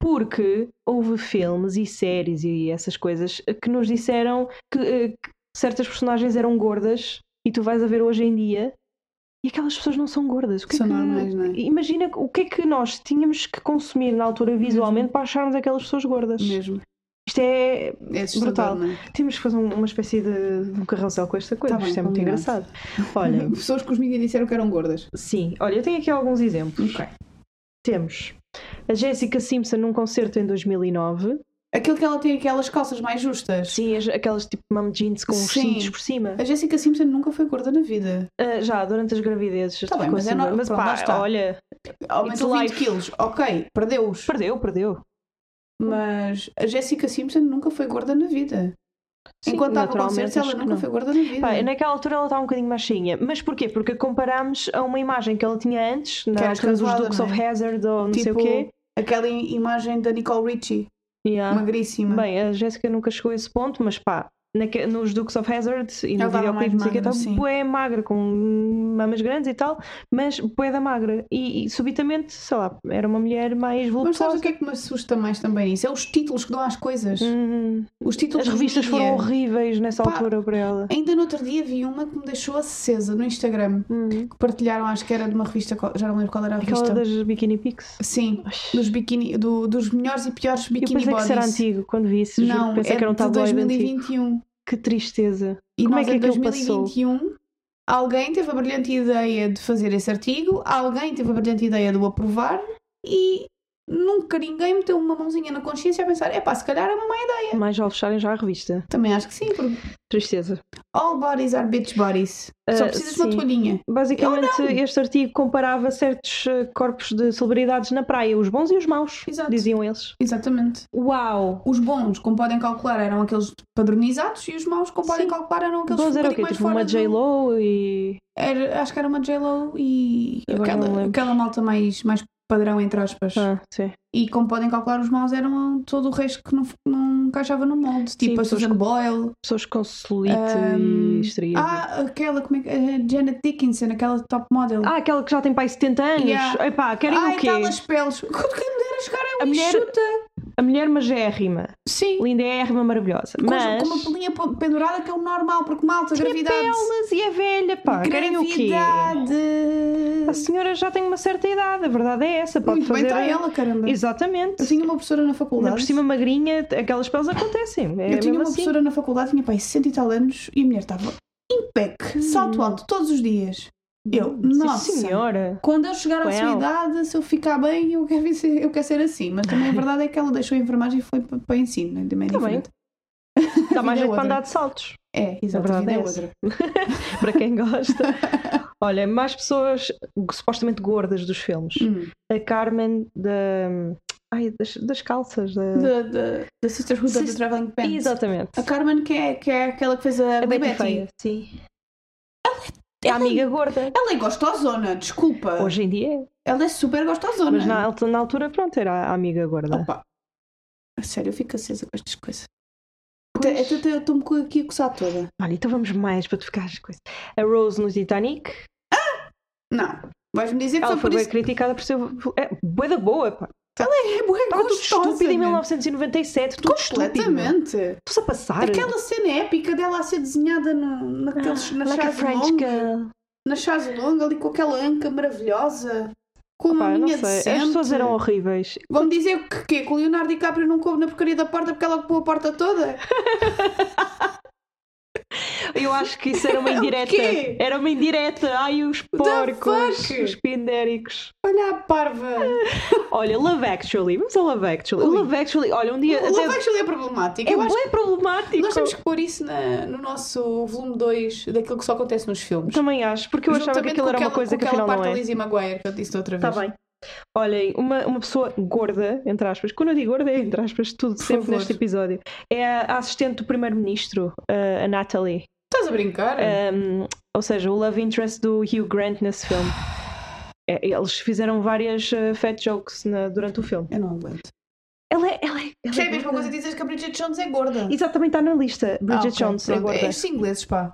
Speaker 1: porque houve filmes e séries e essas coisas que nos disseram que, eh, que certas personagens eram gordas e tu vais a ver hoje em dia e aquelas pessoas não são gordas. O que é
Speaker 2: São
Speaker 1: que-
Speaker 2: normais, não é?
Speaker 1: Imagina o que é que nós tínhamos que consumir na altura visualmente para acharmos aquelas pessoas gordas.
Speaker 2: Mesmo.
Speaker 1: Isto é.
Speaker 2: É assustador,
Speaker 1: Brutal.
Speaker 2: não é?
Speaker 1: Temos que fazer um- uma espécie de, de um carrossel com esta coisa.
Speaker 2: Tá bem,
Speaker 1: Isto é muito
Speaker 2: combinado.
Speaker 1: engraçado.
Speaker 2: *laughs*
Speaker 1: Olha,
Speaker 2: Pessoas que os mídias disseram que eram gordas.
Speaker 1: sim, olha, eu tenho aqui alguns exemplos.
Speaker 2: Ok.
Speaker 1: Temos a Jessica Simpson num concerto em 2009.
Speaker 2: Aquilo que ela tem aquelas calças mais justas.
Speaker 1: Sim, as- aquelas tipo mom jeans com os
Speaker 2: Sim.
Speaker 1: cintos por cima.
Speaker 2: A Jessica Simpson nunca foi gorda na vida.
Speaker 1: Ah, já, durante as gravidezes.
Speaker 2: Tá bem,
Speaker 1: ficou
Speaker 2: mas é
Speaker 1: assim,
Speaker 2: no-
Speaker 1: mas
Speaker 2: pronto, lá
Speaker 1: pá,
Speaker 2: está.
Speaker 1: olha,
Speaker 2: Aumentou
Speaker 1: It's
Speaker 2: 20
Speaker 1: life.
Speaker 2: quilos. Ok, perdeu-os.
Speaker 1: perdeu, perdeu.
Speaker 2: Mas a Jessica Simpson nunca foi gorda na vida.
Speaker 1: Sim,
Speaker 2: Enquanto estava
Speaker 1: naturalmente,
Speaker 2: concertos,
Speaker 1: acho
Speaker 2: ela
Speaker 1: que
Speaker 2: nunca
Speaker 1: não.
Speaker 2: foi gorda na vida.
Speaker 1: Pá, naquela altura ela está um bocadinho machinha. Mas porquê? Porque comparámos a uma imagem que ela tinha antes, na
Speaker 2: era
Speaker 1: altura dos
Speaker 2: razoada,
Speaker 1: Dukes
Speaker 2: não é?
Speaker 1: of Hazard ou não sei o
Speaker 2: tipo,
Speaker 1: quê.
Speaker 2: aquela i- imagem da Nicole Richie,
Speaker 1: Yeah.
Speaker 2: magríssima.
Speaker 1: Bem, a Jéssica nunca chegou a esse ponto, mas pá, naque- nos Dukes of Hazard e no
Speaker 2: Ela tava mais
Speaker 1: videoclipe não sei o quê,
Speaker 2: magra,
Speaker 1: estava
Speaker 2: sim.
Speaker 1: bué magra, com mamas grandes e tal, mas bué da magra. E, e subitamente, sei lá, era uma mulher mais
Speaker 2: Mas sabes
Speaker 1: voluptuosa.
Speaker 2: o que é que me assusta mais também nisso? É os títulos que dão às coisas.
Speaker 1: Hum,
Speaker 2: Os títulos
Speaker 1: as
Speaker 2: dos
Speaker 1: revistas
Speaker 2: mídia.
Speaker 1: foram horríveis nessa
Speaker 2: Pá.
Speaker 1: altura para ela.
Speaker 2: Ainda no outro dia vi uma que me deixou acesa no Instagram.
Speaker 1: Hum.
Speaker 2: Que partilharam, acho que era de uma revista, qual- já não lembro qual era a
Speaker 1: Aquela
Speaker 2: revista.
Speaker 1: das Bikini Pics.
Speaker 2: Sim,
Speaker 1: Oxe.
Speaker 2: dos, biquíni do- dos melhores e piores
Speaker 1: Eu
Speaker 2: biquíni
Speaker 1: pensei
Speaker 2: bodies.
Speaker 1: é que isso era antigo quando vi isso. Juro
Speaker 2: Não,
Speaker 1: que pensei
Speaker 2: é
Speaker 1: que era um
Speaker 2: de
Speaker 1: tabloide antigo.
Speaker 2: 2021.
Speaker 1: Que tristeza.
Speaker 2: E
Speaker 1: Como é
Speaker 2: nós,
Speaker 1: que
Speaker 2: em
Speaker 1: aquilo passou?
Speaker 2: 2021, alguém teve a brilhante ideia de fazer esse artigo, alguém teve a brilhante ideia de o aprovar e nunca ninguém meteu uma mãozinha na consciência a pensar: é pá, se calhar é uma má ideia.
Speaker 1: Mais ao fecharem já a revista.
Speaker 2: Também acho que sim, porque
Speaker 1: Tristeza.
Speaker 2: all bodies are bitch bodies. Só
Speaker 1: Ah,
Speaker 2: precisas de uma
Speaker 1: sim.
Speaker 2: toalhinha.
Speaker 1: Basicamente, este artigo comparava certos eh, corpos de celebridades na praia, os bons e os maus,
Speaker 2: Exato.
Speaker 1: diziam eles.
Speaker 2: Exatamente.
Speaker 1: Uau!
Speaker 2: Os bons, como podem calcular, eram aqueles padronizados e os maus, como podem
Speaker 1: Sim.
Speaker 2: calcular, eram aqueles
Speaker 1: Bons era o
Speaker 2: um
Speaker 1: quê?
Speaker 2: bocadinho mais
Speaker 1: Tipo
Speaker 2: fora
Speaker 1: uma
Speaker 2: do-
Speaker 1: J-Lo e.
Speaker 2: Era- Acho que era uma J-Lo e
Speaker 1: Agora não
Speaker 2: aquela,
Speaker 1: lembro.
Speaker 2: aquela malta mais, mais padrão, entre aspas.
Speaker 1: Ah, sim.
Speaker 2: E como podem calcular, os maus eram todo o resto que não, não encaixava no molde. Tipo
Speaker 1: Sim,
Speaker 2: a
Speaker 1: pessoas
Speaker 2: Susan Boyle.
Speaker 1: Pessoas com celulite
Speaker 2: Ahm,
Speaker 1: e estria. Ah,
Speaker 2: Ah, aquela, como é que. A Janet Dickinson, aquela top model.
Speaker 1: Ah, aquela que já tem pai 70 anos.
Speaker 2: Yeah.
Speaker 1: Epá, querem
Speaker 2: Ai,
Speaker 1: o quê?
Speaker 2: tal as peles. Quem me dera chegar é
Speaker 1: A
Speaker 2: um
Speaker 1: mulher-
Speaker 2: enxuta.
Speaker 1: A mulher magérrima.
Speaker 2: Sim.
Speaker 1: Linda é rima maravilhosa.
Speaker 2: Com,
Speaker 1: mas.
Speaker 2: com uma pelinha po- pendurada que é o normal, porque malta, gravidade.
Speaker 1: Pelas e é velha, pá. Querem o quê? A
Speaker 2: Gravidade.
Speaker 1: senhora já tem uma certa idade, a verdade é essa. Pode
Speaker 2: Muito bem,
Speaker 1: fazer.
Speaker 2: está ela, caramba.
Speaker 1: Exatamente.
Speaker 2: Eu tinha uma professora na faculdade.
Speaker 1: Ainda por cima magrinha, aquelas peles acontecem. É
Speaker 2: Eu tinha
Speaker 1: mesmo
Speaker 2: uma
Speaker 1: assim.
Speaker 2: professora na faculdade, tinha pai 60 e tal anos e a mulher estava em pec, salto alto, todos os dias. Eu,
Speaker 1: Sim,
Speaker 2: nossa. *laughs*
Speaker 1: senhora.
Speaker 2: Quando eu chegar à
Speaker 1: Well.
Speaker 2: sua idade, se eu ficar bem, eu quero, ser, eu quero ser assim. Mas também *laughs* a verdade é que ela deixou a enfermagem e foi para, para o ensino, né? também é
Speaker 1: Tá bem.
Speaker 2: diferente.
Speaker 1: Dá mais
Speaker 2: é
Speaker 1: jeito para
Speaker 2: outra.
Speaker 1: andar de saltos.
Speaker 2: É, exato,
Speaker 1: A
Speaker 2: a vida
Speaker 1: verdade é
Speaker 2: é
Speaker 1: essa.
Speaker 2: outra.
Speaker 1: para quem gosta.
Speaker 2: *laughs*
Speaker 1: Olha, mais pessoas supostamente gordas dos filmes.
Speaker 2: Hum.
Speaker 1: A Carmen da. Ai, das, das calças. Da...
Speaker 2: Da- da- Da Sisterhood of the
Speaker 1: Sis-
Speaker 2: Traveling Pants.
Speaker 1: Exatamente.
Speaker 2: A Carmen, que é, que é aquela que fez a,
Speaker 1: A
Speaker 2: Betty
Speaker 1: Betty feia, sim. É a amiga gorda.
Speaker 2: Ela é gostosona, desculpa.
Speaker 1: Hoje em dia é.
Speaker 2: Ela é super gostosona.
Speaker 1: Mas na, alta- na altura, pronto, era a amiga gorda.
Speaker 2: Opa. A sério, eu fico acesa com estas coisas. Até- até- até Eu estou-me co- aqui a coçar toda.
Speaker 1: Olha, então vamos mais para tu ficares com isso. A Rose no Titanic.
Speaker 2: Não. Vais-me dizer que
Speaker 1: Ela
Speaker 2: foi
Speaker 1: foi
Speaker 2: por
Speaker 1: bem
Speaker 2: isso
Speaker 1: criticada por ser. É, bué da boa, pá.
Speaker 2: que é bué
Speaker 1: Estava tudo
Speaker 2: gostosa,
Speaker 1: estúpido em
Speaker 2: meu.
Speaker 1: 1997. Tudo tipo, estúpido.
Speaker 2: Completamente.
Speaker 1: Estás a passar.
Speaker 2: Aquela cena épica dela a ser desenhada no, naqueles, na
Speaker 1: Ah, like a
Speaker 2: chase
Speaker 1: French
Speaker 2: longa.
Speaker 1: girl.
Speaker 2: Na chase longa, ali com aquela anca maravilhosa. Com uma
Speaker 1: Pá, não
Speaker 2: linha
Speaker 1: sei.
Speaker 2: decente.
Speaker 1: As pessoas eram horríveis.
Speaker 2: Vão-me dizer que, que, que o Leonardo DiCaprio não coube na porcaria da porta porque ela ocupou a porta toda?
Speaker 1: Eu acho que isso era
Speaker 2: *laughs*
Speaker 1: uma
Speaker 2: É O
Speaker 1: indireta.
Speaker 2: quê?
Speaker 1: era uma indireta. Ai, os
Speaker 2: the
Speaker 1: porcos,
Speaker 2: fuck?
Speaker 1: os pindéricos.
Speaker 2: Olha a parva!
Speaker 1: *laughs* Olha, Love Actually. Vamos ao Love Actually. O
Speaker 2: Ui.
Speaker 1: Love Actually, olha, um dia.
Speaker 2: O Love Actually é problemático.
Speaker 1: é tipo-
Speaker 2: Eu acho
Speaker 1: bem problemático.
Speaker 2: que nós temos que pôr isso na- no nosso volume 2 daquilo que só acontece nos filmes.
Speaker 1: Também acho, porque eu achava que
Speaker 2: Juntamente
Speaker 1: aquilo
Speaker 2: com
Speaker 1: era uma
Speaker 2: aquela-
Speaker 1: coisa
Speaker 2: com
Speaker 1: que
Speaker 2: aquela
Speaker 1: afinal não
Speaker 2: parte da
Speaker 1: é.
Speaker 2: Lizzie McGuire que eu disse da outra
Speaker 1: Está
Speaker 2: vez.
Speaker 1: bem. Olhem, uma, uma pessoa gorda, entre aspas, quando eu digo gorda é entre aspas, tudo sempre
Speaker 2: favor.
Speaker 1: neste episódio, é a assistente do primeiro-ministro, eh, a- a Natalie.
Speaker 2: Estás a brincar?
Speaker 1: Um, ou seja, o love interest do Hugh Grant nesse filme. É, eles fizeram várias eh, fat jokes na- durante o filme.
Speaker 2: Eu não aguento.
Speaker 1: Ela é. Ela é, ela
Speaker 2: Isto é a
Speaker 1: é
Speaker 2: mesma coisa
Speaker 1: gorda.
Speaker 2: que dizes que a Bridget Jones é gorda.
Speaker 1: Exatamente, está na lista.
Speaker 2: Ah,
Speaker 1: Bridget
Speaker 2: ok,
Speaker 1: Jones é
Speaker 2: pronto.
Speaker 1: gorda.
Speaker 2: Estes ingleses, pá.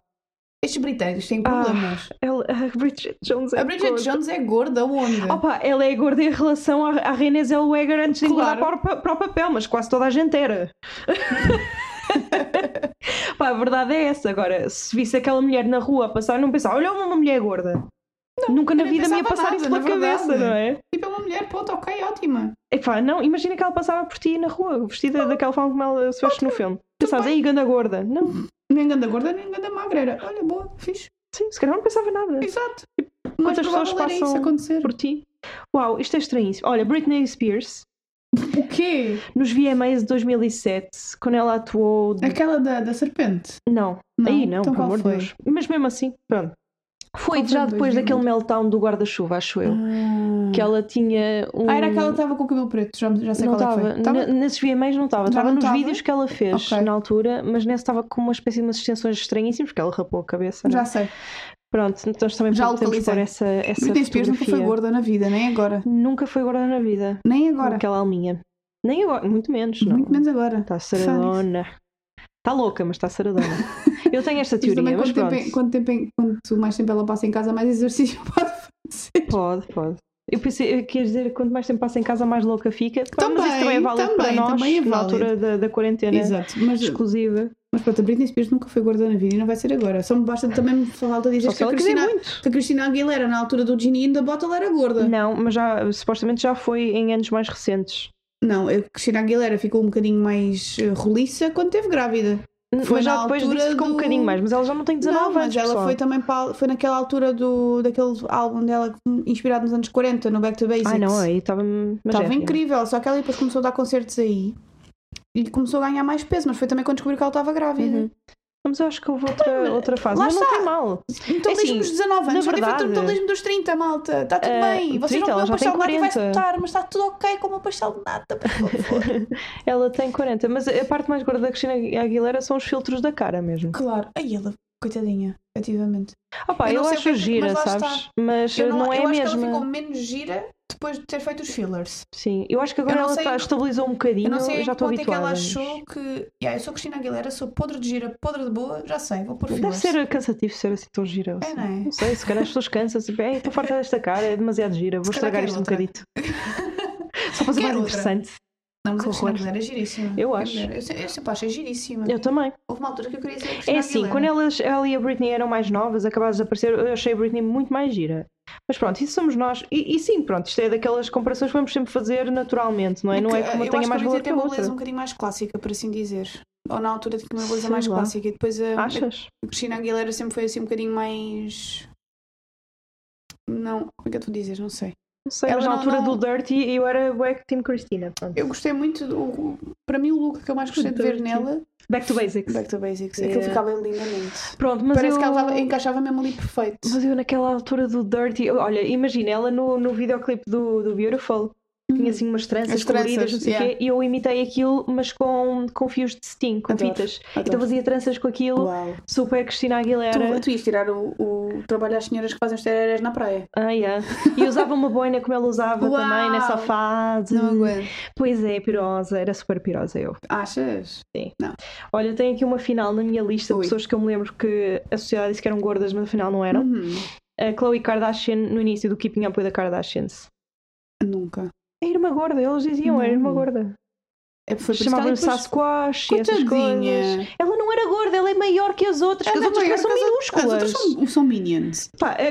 Speaker 2: Estes britânicos têm
Speaker 1: Ah,
Speaker 2: problemas.
Speaker 1: Ela, *laughs* a Bridget Jones é
Speaker 2: a Bridget
Speaker 1: gorda.
Speaker 2: Jones é gorda onde?
Speaker 1: Opa, ela é gorda em relação à, à Renée Zellweger antes de engordar
Speaker 2: Claro.
Speaker 1: para, o pa- para o papel, mas quase toda a gente
Speaker 2: *laughs*
Speaker 1: era. Pá, a verdade é essa. Agora, se visse aquela mulher na rua a passar, não pensava, olha uma mulher gorda. Nunca na
Speaker 2: eu nem
Speaker 1: vida me ia
Speaker 2: pensava
Speaker 1: passar
Speaker 2: nada,
Speaker 1: isso pela
Speaker 2: na verdade.
Speaker 1: cabeça, não é?
Speaker 2: Tipo, é uma mulher, ponto, ok, ótima.
Speaker 1: Epá, não, imagina que ela passava por ti na rua, vestida daquela forma como ela se veste no filme. Pensavas, aí, ganda gorda. Não,
Speaker 2: Nem ganda gorda, nem ganda magra. Era, olha, boa, fixe.
Speaker 1: sim, se calhar não pensava nada
Speaker 2: Exato. Mas
Speaker 1: Tipo, Quantas pessoas
Speaker 2: provável era isso
Speaker 1: passam
Speaker 2: acontecer.
Speaker 1: por ti. Uau, isto é estranhíssimo. Olha, Britney Spears,
Speaker 2: O quê?
Speaker 1: nos VMAs de 2007, quando ela atuou. de-
Speaker 2: Aquela da, da serpente?
Speaker 1: Não, aí não,
Speaker 2: Então
Speaker 1: por
Speaker 2: qual
Speaker 1: amor de
Speaker 2: foi?
Speaker 1: Deus. Mas mesmo assim, pronto. Foi
Speaker 2: Qual foi
Speaker 1: já
Speaker 2: de
Speaker 1: depois
Speaker 2: 2000?
Speaker 1: daquele meltdown do guarda-chuva, acho eu.
Speaker 2: Ah.
Speaker 1: Que ela tinha um.
Speaker 2: Ah, era aquela que estava com o cabelo preto, já, já sei
Speaker 1: Não
Speaker 2: qual é que
Speaker 1: estava.
Speaker 2: foi. Tava-
Speaker 1: Nesses VMAs não estava.
Speaker 2: Já
Speaker 1: Estava
Speaker 2: não
Speaker 1: nos
Speaker 2: tava?
Speaker 1: vídeos que ela fez
Speaker 2: Ok.
Speaker 1: na altura, mas nesse estava com uma espécie de umas extensões estranhíssimas, porque ela rapou a cabeça. não é?
Speaker 2: Já sei.
Speaker 1: Pronto, então também
Speaker 2: Já
Speaker 1: podemos
Speaker 2: localizei.
Speaker 1: pôr essa, essa
Speaker 2: Britney Spears nunca foi
Speaker 1: fotografia.
Speaker 2: gorda na vida, nem agora.
Speaker 1: Nunca foi gorda na vida.
Speaker 2: Nem agora.
Speaker 1: Aquela alminha. Nem agora, muito menos. não.
Speaker 2: Muito menos agora.
Speaker 1: Está saradona. Está louca, mas está
Speaker 2: *laughs*
Speaker 1: saradona. Eu tenho esta
Speaker 2: Mas
Speaker 1: teoria,
Speaker 2: também
Speaker 1: mas
Speaker 2: quanto,
Speaker 1: pronto.
Speaker 2: tempo, é em- quanto, tempo, em- quanto mais tempo ela passa em casa, mais exercício *laughs* pode fazer.
Speaker 1: Pode, pode. Eu pensei, eu queria dizer, que quanto mais tempo passa em casa, mais louca fica. Pá, mas isso
Speaker 2: Também,
Speaker 1: também é válido para
Speaker 2: também,
Speaker 1: nós,
Speaker 2: também é
Speaker 1: na
Speaker 2: válido.
Speaker 1: altura da, da quarentena
Speaker 2: Exato. Mas,
Speaker 1: exclusiva.
Speaker 2: mas pronto, a Britney Spears nunca foi gorda na vida e não vai ser agora. Só me basta também me falta dizer
Speaker 1: Só
Speaker 2: que
Speaker 1: se
Speaker 2: a,
Speaker 1: ela quiser
Speaker 2: Cristina,
Speaker 1: muito.
Speaker 2: que a Cristina Aguilera, na altura do Ginny in the Bottle, era gorda.
Speaker 1: Não, mas já, supostamente já foi em anos mais recentes.
Speaker 2: Não, a Cristina Aguilera ficou um bocadinho mais eh, roliça quando esteve grávida. Foi
Speaker 1: mas já
Speaker 2: na
Speaker 1: depois
Speaker 2: altura
Speaker 1: disso ficou um
Speaker 2: do-
Speaker 1: bocadinho mais. Mas ela já não tem 19
Speaker 2: Não,
Speaker 1: anos,
Speaker 2: mas ela
Speaker 1: pessoal.
Speaker 2: foi também para, foi naquela altura do, daquele álbum dela inspirado nos anos 40, no Back to Basics.
Speaker 1: Ah, não, aí estava-me.
Speaker 2: Estava incrível, só que ela depois começou a dar concertos aí e começou a ganhar mais peso, mas foi também quando descobriu que ela estava grávida.
Speaker 1: Uhum. Mas eu acho que houve outra, outra fase.
Speaker 2: lá
Speaker 1: Mas não
Speaker 2: está.
Speaker 1: tem mal.
Speaker 2: Metabolismo
Speaker 1: Assim,
Speaker 2: dos 19 anos,
Speaker 1: na
Speaker 2: já tem feito o
Speaker 1: verdade-
Speaker 2: metabolismo dos 30, malta. Está tudo
Speaker 1: Eh,
Speaker 2: bem. Vocês
Speaker 1: 30,
Speaker 2: não
Speaker 1: ela
Speaker 2: comem
Speaker 1: já tem
Speaker 2: pastel de nata e vai
Speaker 1: 40.
Speaker 2: escutar, mas está tudo ok com o meu pastel de nata,
Speaker 1: *laughs*
Speaker 2: por favor.
Speaker 1: Ela tem 40. Mas a parte mais gorda da Cristina Aguilera são os filtros da cara mesmo.
Speaker 2: claro. Aí ela, coitadinha, efetivamente.
Speaker 1: Ah pá,
Speaker 2: Eu
Speaker 1: eu,
Speaker 2: não sei o
Speaker 1: acho
Speaker 2: que é que-
Speaker 1: gira,
Speaker 2: mas lá
Speaker 1: sabes?
Speaker 2: está.
Speaker 1: Mas
Speaker 2: Eu
Speaker 1: não, é
Speaker 2: eu
Speaker 1: a
Speaker 2: acho que
Speaker 1: mesma.
Speaker 2: ela ficou menos gira depois de ter feito os fillers.
Speaker 1: Sim, eu acho que
Speaker 2: Eu
Speaker 1: agora
Speaker 2: não
Speaker 1: ela
Speaker 2: sei-
Speaker 1: tá- estabilizou um bocadinho,
Speaker 2: Eu não sei
Speaker 1: eu
Speaker 2: em
Speaker 1: já
Speaker 2: que
Speaker 1: estou
Speaker 2: ponto é que
Speaker 1: habituada.
Speaker 2: ela
Speaker 1: mas-
Speaker 2: achou que. Yeah, eu sou Cristina Aguilera, sou podre de gira, podre de boa, já sei, vou pôr
Speaker 1: Deve
Speaker 2: fillers.
Speaker 1: ser cansativo ser assim tão gira.
Speaker 2: É,
Speaker 1: assim.
Speaker 2: não é?
Speaker 1: Não sei, se calhar as pessoas cansam-se. Bem, estou farta desta cara, é demasiado gira, vou
Speaker 2: Se calhar
Speaker 1: estragar
Speaker 2: quero
Speaker 1: isto um
Speaker 2: outra." *laughs*
Speaker 1: bocadito. Só para ser mais
Speaker 2: Quero outra.
Speaker 1: interessante.
Speaker 2: Não, mas
Speaker 1: Que
Speaker 2: a Cristina
Speaker 1: horror.
Speaker 2: Aguilera é giríssima.
Speaker 1: Eu acho.
Speaker 2: Eu, se- eu sempre achei giríssima.
Speaker 1: Eu também.
Speaker 2: Houve uma altura que eu queria ser a Cristina
Speaker 1: É assim,
Speaker 2: Aguilera.
Speaker 1: quando elas, ela e a Britney eram mais novas, acabadas de aparecer, eu achei a Britney muito mais gira. Mas pronto, isso somos nós. E, e sim, pronto, isto é daquelas comparações que vamos sempre fazer naturalmente, não é? Não é
Speaker 2: Porque,
Speaker 1: que uma
Speaker 2: eu
Speaker 1: tenha
Speaker 2: acho
Speaker 1: mais
Speaker 2: que a Britney
Speaker 1: valor que
Speaker 2: tem
Speaker 1: a
Speaker 2: uma beleza um
Speaker 1: outra.
Speaker 2: bocadinho mais clássica, por assim dizer. Ou na altura tinha uma beleza
Speaker 1: Sei
Speaker 2: mais
Speaker 1: lá.
Speaker 2: clássica. E depois a, a
Speaker 1: Achas?
Speaker 2: Cristina Aguilera sempre foi assim um bocadinho mais. Não, como é que eu estou a dizer? Não sei.
Speaker 1: Não sei,
Speaker 2: Ela
Speaker 1: mas na
Speaker 2: não-
Speaker 1: altura
Speaker 2: não-
Speaker 1: do Dirty eu era Back Team Cristina. pronto.
Speaker 2: Eu gostei muito, do, o- para mim, o look que eu mais gostei de ver
Speaker 1: Dirty.
Speaker 2: nela.
Speaker 1: Back to Basics.
Speaker 2: Back to Basics. Aquilo
Speaker 1: Yeah.
Speaker 2: ficava lindamente.
Speaker 1: Pronto, É. mas
Speaker 2: Parece
Speaker 1: eu...
Speaker 2: que ela estava- encaixava mesmo ali perfeito.
Speaker 1: Mas eu naquela altura do Dirty, olha, imagina ela no, no videoclipe do, do Beautiful, tinha assim umas tranças
Speaker 2: As Hum. tranças,
Speaker 1: coloridas, não sei o
Speaker 2: yeah.
Speaker 1: quê, e eu imitei aquilo, mas com, com fios de cetim, com
Speaker 2: Adoro,
Speaker 1: fitas. Então
Speaker 2: adoro.
Speaker 1: fazia tranças com aquilo,
Speaker 2: Uau.
Speaker 1: super Cristina Aguilera.
Speaker 2: Tu, tu ias tirar o, o trabalho às senhoras que fazem os tererés na praia.
Speaker 1: Ah, yeah. E usava uma boina como ela usava
Speaker 2: Uau!
Speaker 1: também nessa fase.
Speaker 2: aguento.
Speaker 1: Pois é, pirosa, era super pirosa eu.
Speaker 2: Achas?
Speaker 1: Olha, eu tenho aqui uma final na minha lista de
Speaker 2: Ui.
Speaker 1: pessoas que eu me lembro que a sociedade disse que eram gordas, mas afinal não eram.
Speaker 2: Uhum.
Speaker 1: A Chloe Kardashian no início do Keeping Up with the Kardashians.
Speaker 2: Nunca.
Speaker 1: É irmã gorda, eles diziam, é irmã
Speaker 2: Não.
Speaker 1: gorda.
Speaker 2: É, foi por isso que ela
Speaker 1: Chamavam-lhe
Speaker 2: depois-
Speaker 1: Sasquatch e essas coisas.
Speaker 2: Coitadinha.
Speaker 1: Ela não era gorda, ela é maior que as outras, que
Speaker 2: Ela
Speaker 1: as
Speaker 2: é
Speaker 1: outras
Speaker 2: maior
Speaker 1: são
Speaker 2: que as outras-
Speaker 1: minúsculas.
Speaker 2: As outras são, são minions.
Speaker 1: Pá, é a,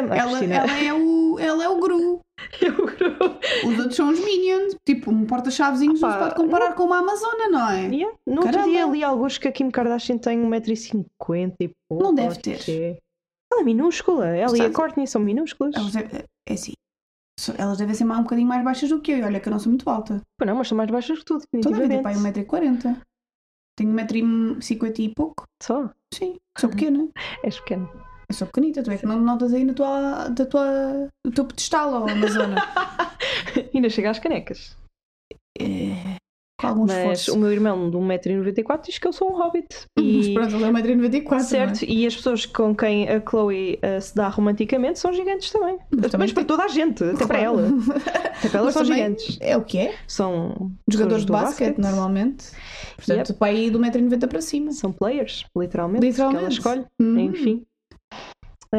Speaker 1: a, a
Speaker 2: Ela,
Speaker 1: Cristina.
Speaker 2: ela é o, ela é o Gru.
Speaker 1: *laughs* Eu-
Speaker 2: Os outros são os minions. Tipo, um porta-chavezinho
Speaker 1: Opa,
Speaker 2: não se pode comparar com uma Amazona, não é?
Speaker 1: Yeah. No outro
Speaker 2: Caramba.
Speaker 1: dia li alguns que a Kim Kardashian tem 1,50m e pouco.
Speaker 2: Não deve
Speaker 1: ou o
Speaker 2: ter.
Speaker 1: quê. Ela é minúscula. Ela e a
Speaker 2: Sabe-
Speaker 1: Courtney são minúsculas.
Speaker 2: Elas devem, é assim. so- Elas devem ser mais- um bocadinho mais baixas do que eu. E olha que eu não sou muito alta.
Speaker 1: Pô, não, mas são mais baixas que tu,
Speaker 2: Estou na vida, um
Speaker 1: definitivamente.
Speaker 2: pai, 1,40m. Tenho 1,50m e pouco.
Speaker 1: Só?
Speaker 2: Sim,
Speaker 1: Uhum.
Speaker 2: sou pequena.
Speaker 1: És pequena.
Speaker 2: Eu sou pequenita, tu é que não notas aí na tua, da tua, do teu pedestal, ó, Amazona.
Speaker 1: E ainda chega às canecas.
Speaker 2: É, com algum
Speaker 1: mas
Speaker 2: esforço.
Speaker 1: o meu irmão de 1,94m diz que eu sou um hobbit.
Speaker 2: Mas
Speaker 1: E...
Speaker 2: pronto, ele é 1,94m.
Speaker 1: Certo, e as pessoas com quem a Chloe eh, se dá romanticamente são gigantes também.
Speaker 2: Mas também
Speaker 1: Mas para
Speaker 2: tem-
Speaker 1: toda a gente, até para ela. Até para ela
Speaker 2: Mas
Speaker 1: são
Speaker 2: também-
Speaker 1: gigantes.
Speaker 2: É o que é?
Speaker 1: São
Speaker 2: Jogadores
Speaker 1: pessoas
Speaker 2: de
Speaker 1: do
Speaker 2: basquete,
Speaker 1: basquete.
Speaker 2: normalmente. Portanto, para aí do 1,90m para cima.
Speaker 1: São players, literalmente. Que ela
Speaker 2: Literalmente.
Speaker 1: escolhe,
Speaker 2: Hum.
Speaker 1: enfim. Ah,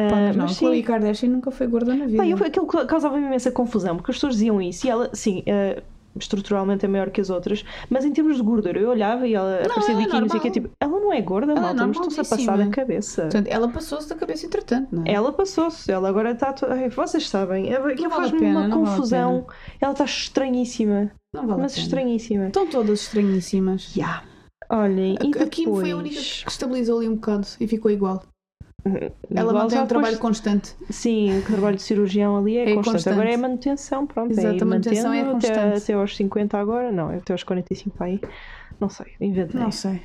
Speaker 2: Pá, mas não,
Speaker 1: mas
Speaker 2: Khloe
Speaker 1: sim,
Speaker 2: Kardashian nunca foi gorda na vida.
Speaker 1: Pá, eu, aquilo causava-me imensa confusão, porque as pessoas diziam isso e ela, sim, ah, estruturalmente é maior que as outras, mas em termos de gordura, eu olhava e ela aparecia de
Speaker 2: ela é
Speaker 1: biquíni e que
Speaker 2: normal.
Speaker 1: tipo, ela não é gorda,
Speaker 2: Ela é
Speaker 1: malta, mas estão-se a passar da
Speaker 2: normalíssima.
Speaker 1: cabeça.
Speaker 2: Portanto, ela passou-se da cabeça entretanto, não é?
Speaker 1: Ela passou-se, ela agora está. To... Ai, Vocês sabem, é- aquilo
Speaker 2: Não vale a
Speaker 1: faz-me
Speaker 2: pena,
Speaker 1: uma
Speaker 2: não vale a
Speaker 1: confusão. ela está estranhíssima,
Speaker 2: Não vale
Speaker 1: mas
Speaker 2: a pena.
Speaker 1: estranhíssima.
Speaker 2: Estão todas estranhíssimas.
Speaker 1: Yeah. Olhem, e
Speaker 2: A- A Kim foi a única
Speaker 1: Então depois-
Speaker 2: que estabilizou ali um bocado e ficou igual. Ela
Speaker 1: Igual
Speaker 2: mantém
Speaker 1: já
Speaker 2: um trabalho
Speaker 1: depois-
Speaker 2: constante.
Speaker 1: Sim, o trabalho de cirurgião ali é,
Speaker 2: É
Speaker 1: constante.
Speaker 2: constante.
Speaker 1: Agora é manutenção, pronto.
Speaker 2: Exato,
Speaker 1: é ir
Speaker 2: a manutenção é
Speaker 1: mantendo Até,
Speaker 2: constante.
Speaker 1: até aos 50 agora, não, até aos 45 para aí. Não sei, inventei.
Speaker 2: Não sei.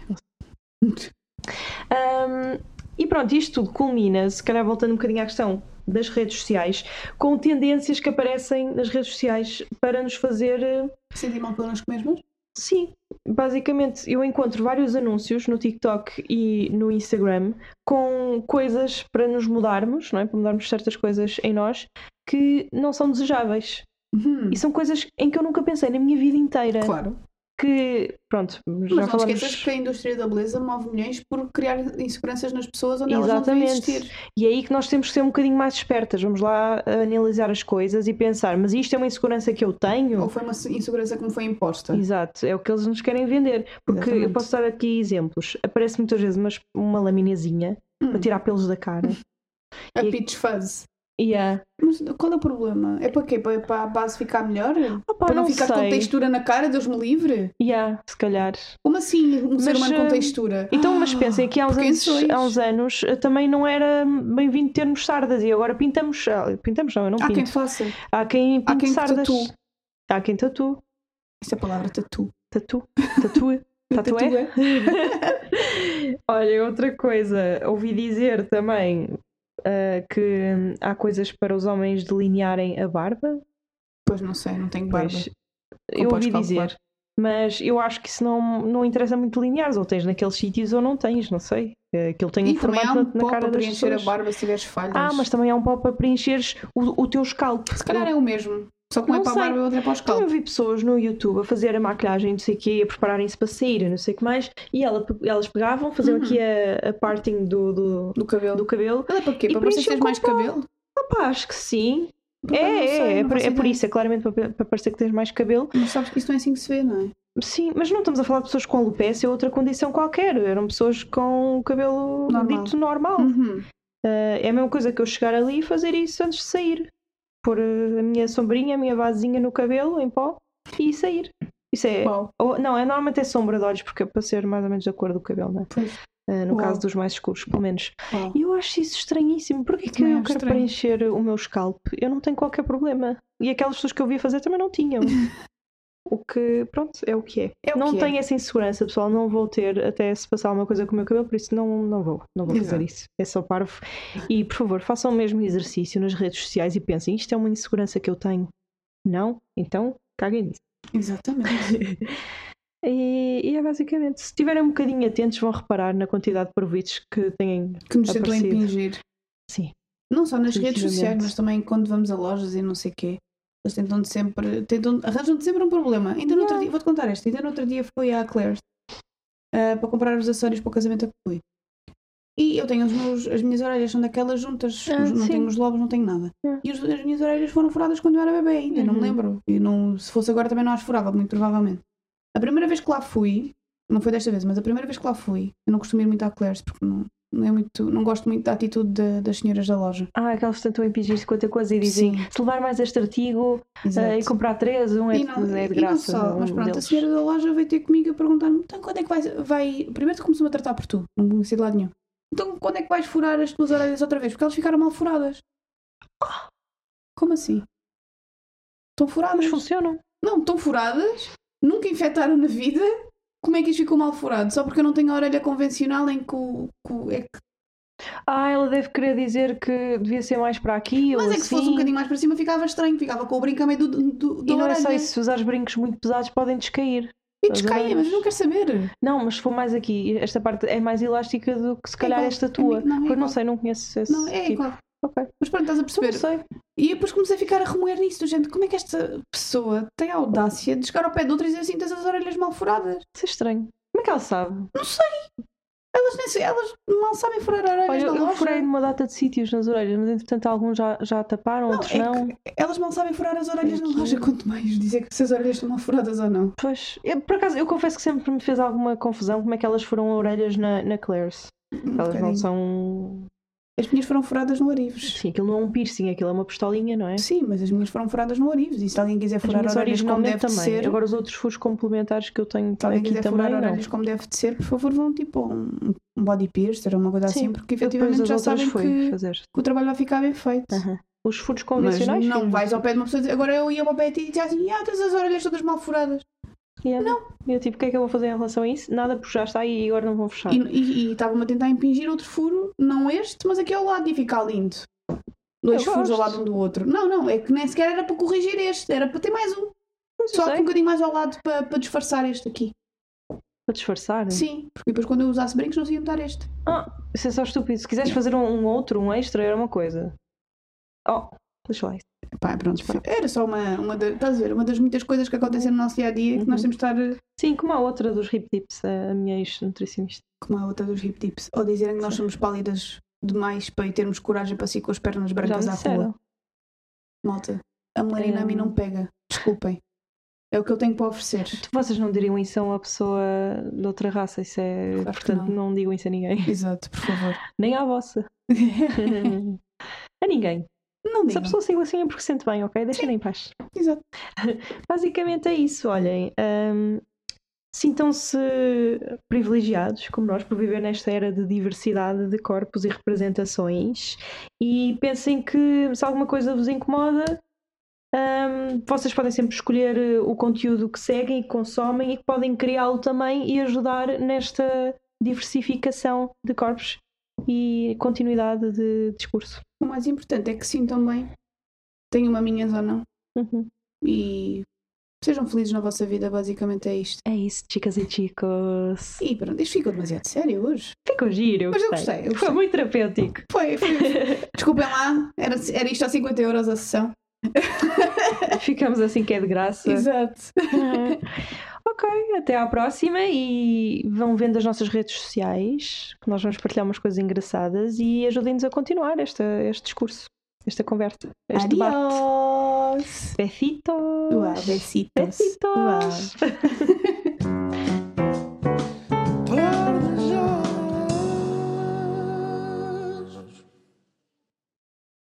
Speaker 1: Ahm, e pronto, isto tudo culmina, se calhar voltando um bocadinho à questão das redes sociais, com tendências que aparecem nas redes sociais para nos fazer. eh,
Speaker 2: Senti mal connosco mesmo?
Speaker 1: Sim, basicamente eu encontro vários anúncios no TikTok e no Instagram com coisas para nos mudarmos, não é? Para mudarmos certas coisas em nós que não são desejáveis.
Speaker 2: Uhum.
Speaker 1: E são coisas em que eu nunca pensei na minha vida inteira.
Speaker 2: Claro.
Speaker 1: Que, pronto,
Speaker 2: Mas
Speaker 1: já
Speaker 2: não te
Speaker 1: falamos.
Speaker 2: esqueças que a indústria da beleza move milhões por criar inseguranças nas pessoas onde elas não
Speaker 1: Exatamente.
Speaker 2: devem existir.
Speaker 1: E é aí que nós temos que ser um bocadinho mais espertas. Vamos lá eh, analisar as coisas e pensar, mas isto é uma insegurança que eu tenho?
Speaker 2: Ou foi uma insegurança que me foi imposta.
Speaker 1: Exato, é o que eles nos querem vender. Porque eu
Speaker 2: Exatamente.
Speaker 1: posso dar aqui exemplos. Aparece muitas vezes uma, uma laminazinha para
Speaker 2: Hum,
Speaker 1: tirar pelos da cara.
Speaker 2: a
Speaker 1: e-
Speaker 2: pitch fuzz.
Speaker 1: E há-
Speaker 2: Mas qual é o problema? É para quê? Para, para a base ficar melhor?
Speaker 1: Opa,
Speaker 2: para
Speaker 1: Ah, não,
Speaker 2: não, ficar com
Speaker 1: sei.
Speaker 2: textura na cara? Deus me livre?
Speaker 1: E há, se calhar.
Speaker 2: Como assim um ser
Speaker 1: Mas,
Speaker 2: humano
Speaker 1: hum,
Speaker 2: com textura? Ah,
Speaker 1: Então, mas pensem que há uns
Speaker 2: por quem
Speaker 1: anos,
Speaker 2: sois?
Speaker 1: há uns anos eh, também não era bem-vindo termos sardas e agora pintamos. ah, Pintamos não, eu não
Speaker 2: Há quem
Speaker 1: pinto.
Speaker 2: faça.
Speaker 1: Há quem pinte
Speaker 2: Há quem
Speaker 1: sardas.
Speaker 2: tatue.
Speaker 1: Há quem tatu.
Speaker 2: Isso é a palavra tatu. é?
Speaker 1: Tatu. é?
Speaker 2: *laughs*
Speaker 1: Tatua. Tatué. *laughs* Olha, outra coisa, ouvi dizer também ah, que hum, há coisas para os homens delinearem a barba.
Speaker 2: Pois não sei, não tenho barba.
Speaker 1: Pois,
Speaker 2: Como
Speaker 1: eu
Speaker 2: podes
Speaker 1: ouvi dizer.
Speaker 2: calcular?
Speaker 1: Mas eu acho que isso não, não interessa muito delineares, ou tens naqueles sítios ou não tens, não sei. É, Aquilo tem um
Speaker 2: E também há
Speaker 1: formato
Speaker 2: um
Speaker 1: na, na
Speaker 2: pó
Speaker 1: cara
Speaker 2: para
Speaker 1: das
Speaker 2: preencher
Speaker 1: pessoas.
Speaker 2: a barba se tiveres falhas.
Speaker 1: Ah, mas também há um pó para preencheres o, o teu escalpo.
Speaker 2: Se calhar é o mesmo. Só que um
Speaker 1: Não
Speaker 2: é para
Speaker 1: sei.
Speaker 2: a barba e outro é para o
Speaker 1: Então eu
Speaker 2: escalpo.
Speaker 1: vi pessoas no YouTube a fazer a maquilhagem, não sei o quê, a prepararem-se para sair, não sei o que mais, e ela- elas pegavam, faziam
Speaker 2: Uhum.
Speaker 1: aqui a, a parting do, do,
Speaker 2: Do cabelo.
Speaker 1: do cabelo.
Speaker 2: Ele é para quê?
Speaker 1: E
Speaker 2: Para vocês
Speaker 1: preencheu
Speaker 2: terem mais
Speaker 1: com pó.
Speaker 2: cabelo?
Speaker 1: Opa, acho que sim. É,
Speaker 2: acaso não
Speaker 1: é,
Speaker 2: sei,
Speaker 1: é,
Speaker 2: não
Speaker 1: por,
Speaker 2: faço
Speaker 1: é por
Speaker 2: ideia.
Speaker 1: isso, é claramente para, para parecer que tens mais cabelo.
Speaker 2: Mas sabes que isso não é assim que se vê, não é?
Speaker 1: Sim, mas não estamos a falar de pessoas com alopecia ou outra condição qualquer. Eram pessoas com cabelo
Speaker 2: Normal.
Speaker 1: dito normal.
Speaker 2: Uhum.
Speaker 1: Ah, é a mesma coisa que eu chegar ali e fazer isso antes de sair. Pôr ah, a minha sombrinha, a minha basezinha no cabelo, em pó, e sair. Isso é.
Speaker 2: Uau.
Speaker 1: ou- não, é normalmente é sombra de olhos, porque é para ser mais ou menos da cor do cabelo, não é?
Speaker 2: Pois.
Speaker 1: Ah, no
Speaker 2: Uau.
Speaker 1: caso dos mais escuros, pelo menos.
Speaker 2: Uau.
Speaker 1: E eu acho isso estranhíssimo. Porquê que eu
Speaker 2: Também
Speaker 1: quero
Speaker 2: acho estranho.
Speaker 1: preencher o meu scalp? Eu não tenho qualquer problema. E aquelas pessoas que eu via fazer também não
Speaker 2: *laughs*
Speaker 1: tinham. o que, pronto, é o que é.
Speaker 2: É o
Speaker 1: não
Speaker 2: que é.
Speaker 1: tenho essa insegurança, pessoal. Não vou ter até se passar alguma coisa com o meu cabelo, por isso não, não vou. Não vou fazer
Speaker 2: Exato.
Speaker 1: isso. É só parvo. E, por favor, façam o mesmo exercício nas redes sociais e pensem: isto é uma insegurança que eu tenho? Não? Então, caguem nisso.
Speaker 2: Exatamente. *laughs*
Speaker 1: E, e é basicamente, se estiverem um bocadinho atentos, vão reparar na quantidade de parvoites que têm.
Speaker 2: Que nos tentam
Speaker 1: Aparecido.
Speaker 2: impingir.
Speaker 1: Sim.
Speaker 2: Não só nas redes
Speaker 1: Definitivamente.
Speaker 2: sociais, mas também quando vamos a lojas e não sei o quê. Eles tentam de sempre. Tentam, arranjam de sempre um problema. Ainda no outro
Speaker 1: Yeah.
Speaker 2: dia, vou-te contar esta. Ainda no outro dia fui à Claire's ah, para comprar os acessórios para o casamento a Chloe. E eu tenho os meus, as minhas orelhas, são daquelas juntas.
Speaker 1: Ah,
Speaker 2: os- não
Speaker 1: sim.
Speaker 2: tenho os lobos, não tenho nada.
Speaker 1: Yeah.
Speaker 2: E os- as minhas orelhas foram furadas quando eu era bebê ainda, não me
Speaker 1: Uhum.
Speaker 2: lembro. E não, se fosse agora também não as furava, muito provavelmente. A primeira vez que lá fui, não foi desta vez, mas a primeira vez que lá fui, eu não costumo ir muito à Claire's porque não, não é muito, não gosto muito da atitude da- das senhoras da loja.
Speaker 1: Ah, aquelas que tentam impingir-se quanto a coisa e dizem
Speaker 2: Sim.
Speaker 1: se levar mais este artigo
Speaker 2: Exato.
Speaker 1: eh, e comprar três, um é,
Speaker 2: E
Speaker 1: de- é de
Speaker 2: e não
Speaker 1: graça.
Speaker 2: só,
Speaker 1: um
Speaker 2: mas pronto, a
Speaker 1: deles.
Speaker 2: senhora da loja veio ter comigo a perguntar-me: então quando é que vai, vai. Primeiro começou-me a tratar por tu, não me conheci de lado nenhum. Então quando é que vais furar as tuas orelhas outra vez? Porque elas ficaram mal furadas.
Speaker 1: Oh.
Speaker 2: Como assim? Estão
Speaker 1: Mas
Speaker 2: furadas?
Speaker 1: funcionam.
Speaker 2: Não, estão furadas, nunca infectaram na vida. Como é que isto ficou mal furado? Só porque eu não tenho a orelha convencional em que o. que o- é que-
Speaker 1: Ah, ela deve querer dizer que devia ser mais para aqui
Speaker 2: Mas
Speaker 1: ou
Speaker 2: é que se
Speaker 1: assim.
Speaker 2: fosse um bocadinho mais para cima ficava estranho, ficava com o brinco a meio do, do, do- da
Speaker 1: E não é só
Speaker 2: orelha.
Speaker 1: isso, se usares brincos muito pesados podem descair.
Speaker 2: E descaia, mas eu não quero saber.
Speaker 1: Não, mas se for mais aqui, esta parte é mais elástica do que se calhar
Speaker 2: igual,
Speaker 1: esta
Speaker 2: é
Speaker 1: tua.
Speaker 2: mi- não, é
Speaker 1: Pois não
Speaker 2: igual.
Speaker 1: sei, não conheço esse
Speaker 2: Não, é
Speaker 1: tipo.
Speaker 2: igual.
Speaker 1: Ok.
Speaker 2: Mas pronto, estás a
Speaker 1: Não
Speaker 2: perceber?
Speaker 1: sei.
Speaker 2: E eu depois comecei a ficar a remoer nisso, do género, como é que esta pessoa tem a audácia de chegar ao pé de outra e dizer assim, tens as orelhas mal furadas?
Speaker 1: Isso é estranho. Como é que ela sabe?
Speaker 2: Não sei! Elas nem sei, elas mal sabem furar orelhas
Speaker 1: Olha,
Speaker 2: na
Speaker 1: eu
Speaker 2: loja.
Speaker 1: furei numa data de sítios nas orelhas, mas entretanto alguns já, já taparam, outros
Speaker 2: é
Speaker 1: não.
Speaker 2: Elas mal sabem furar as orelhas na
Speaker 1: Aquilo.
Speaker 2: loja, quanto mais dizer que se as orelhas estão mal furadas ou não.
Speaker 1: Pois, eu, por acaso, eu confesso que sempre me fez alguma confusão como é que elas foram orelhas na, na Claire's.
Speaker 2: Um
Speaker 1: Elas não
Speaker 2: bocadinho.
Speaker 1: são.
Speaker 2: As minhas foram furadas no Arives.
Speaker 1: Sim, aquilo não é um piercing, aquilo é uma pistolinha, não é?
Speaker 2: Sim, mas as minhas foram furadas no Arives. E se alguém quiser
Speaker 1: As
Speaker 2: furar
Speaker 1: minhas
Speaker 2: orelhas como deve
Speaker 1: originalmente
Speaker 2: de
Speaker 1: também.
Speaker 2: ser,
Speaker 1: Agora os outros furos complementares que eu tenho
Speaker 2: se alguém
Speaker 1: aqui
Speaker 2: quiser
Speaker 1: também.
Speaker 2: furar
Speaker 1: Não.
Speaker 2: orelhas como deve de ser, por favor vão tipo a um, um body piercer ou uma coisa
Speaker 1: Sim,
Speaker 2: assim, porque
Speaker 1: Eu depois
Speaker 2: efetivamente
Speaker 1: as
Speaker 2: já
Speaker 1: outras
Speaker 2: sabem
Speaker 1: foi
Speaker 2: que,
Speaker 1: fazer.
Speaker 2: que o trabalho vai ficar bem feito.
Speaker 1: Aham. Os furos
Speaker 2: Mas
Speaker 1: convencionais.
Speaker 2: não
Speaker 1: sim.
Speaker 2: vais ao pé de uma pessoa e dizer, agora eu ia ao pé de ti e dizia assim, ah, tens as orelhas todas mal furadas.
Speaker 1: Yeah. E Eu tipo, o que é que eu vou fazer em relação a isso? Nada, porque já está aí e agora não vão fechar.
Speaker 2: E- E e estava-me a tentar impingir outro furo, não este, mas aqui ao lado, e ficar lindo. Dois
Speaker 1: Eu
Speaker 2: furos ao
Speaker 1: gosto.
Speaker 2: lado um do outro. Não, não, é que nem sequer era para corrigir este, era para ter mais um.
Speaker 1: Pois, eu
Speaker 2: Só que
Speaker 1: sei.
Speaker 2: um bocadinho mais ao lado para, para disfarçar este aqui.
Speaker 1: Para disfarçar.
Speaker 2: Sim, porque depois quando eu usasse brincos não sei mudar este.
Speaker 1: Ah, isso é só estúpido. Se quiseres fazer um, um outro, um extra, era uma coisa. Oh, deixa lá isso.
Speaker 2: Pá, pronto, foi- era só uma, uma, da- estás a ver, uma das muitas coisas que acontecem no nosso dia a dia que nós
Speaker 1: Uhum.
Speaker 2: temos de estar
Speaker 1: Sim, como a outra dos Hip Tips, a a minha ex-nutricionista.
Speaker 2: como a outra dos hip tips, ou dizerem que nós somos pálidas demais para termos coragem para sair com as pernas
Speaker 1: Já
Speaker 2: brancas
Speaker 1: me
Speaker 2: à rua.
Speaker 1: disseram. É.
Speaker 2: Malta, a melarina a mim não pega. Desculpem. É o que eu tenho
Speaker 1: *laughs*
Speaker 2: para oferecer.
Speaker 1: Tipo, Vocês não diriam isso a uma pessoa de outra raça, isso é.
Speaker 2: Claro que
Speaker 1: Portanto, não. digam isso a ninguém.
Speaker 2: Exato,
Speaker 1: *laughs*
Speaker 2: por favor.
Speaker 1: Nem à
Speaker 2: *laughs*
Speaker 1: vossa. a ninguém.
Speaker 2: não
Speaker 1: Se a
Speaker 2: digam.
Speaker 1: pessoa sigo assim é porque se sente bem, ok? Deixem em paz.
Speaker 2: Exato.
Speaker 1: Basicamente é isso, olhem. hum, Sintam-se privilegiados, como nós, por viver nesta era de diversidade de corpos e representações, e pensem que se alguma coisa vos incomoda, hum, vocês podem sempre escolher eh, o conteúdo que seguem e que consomem e que podem criá-lo também e ajudar nesta diversificação de corpos e continuidade de discurso.
Speaker 2: O mais importante é que sintam bem. Tenham uma minhas ou não.
Speaker 1: Uhum.
Speaker 2: E sejam felizes na vossa vida, basicamente é isto.
Speaker 1: É isso, chicas e chicos.
Speaker 2: E pronto, isto ficou demasiado sério hoje.
Speaker 1: Ficou giro, eu
Speaker 2: Mas eu
Speaker 1: gostei.
Speaker 2: gostei, eu
Speaker 1: Foi
Speaker 2: gostei.
Speaker 1: muito terapêutico.
Speaker 2: Foi, foi. *laughs* Desculpem lá, era, era isto a 50 euros a sessão.
Speaker 1: Ficamos assim que é de graça.
Speaker 2: Exato.
Speaker 1: *laughs* ok, até à próxima e vão vendo as nossas redes sociais, que nós vamos partilhar umas coisas engraçadas e ajudem-nos a continuar esta, este discurso. esta conversa, este debate.
Speaker 2: Adiós!
Speaker 1: Besitos!
Speaker 2: Uau, besitos. Uau.
Speaker 1: Besitos!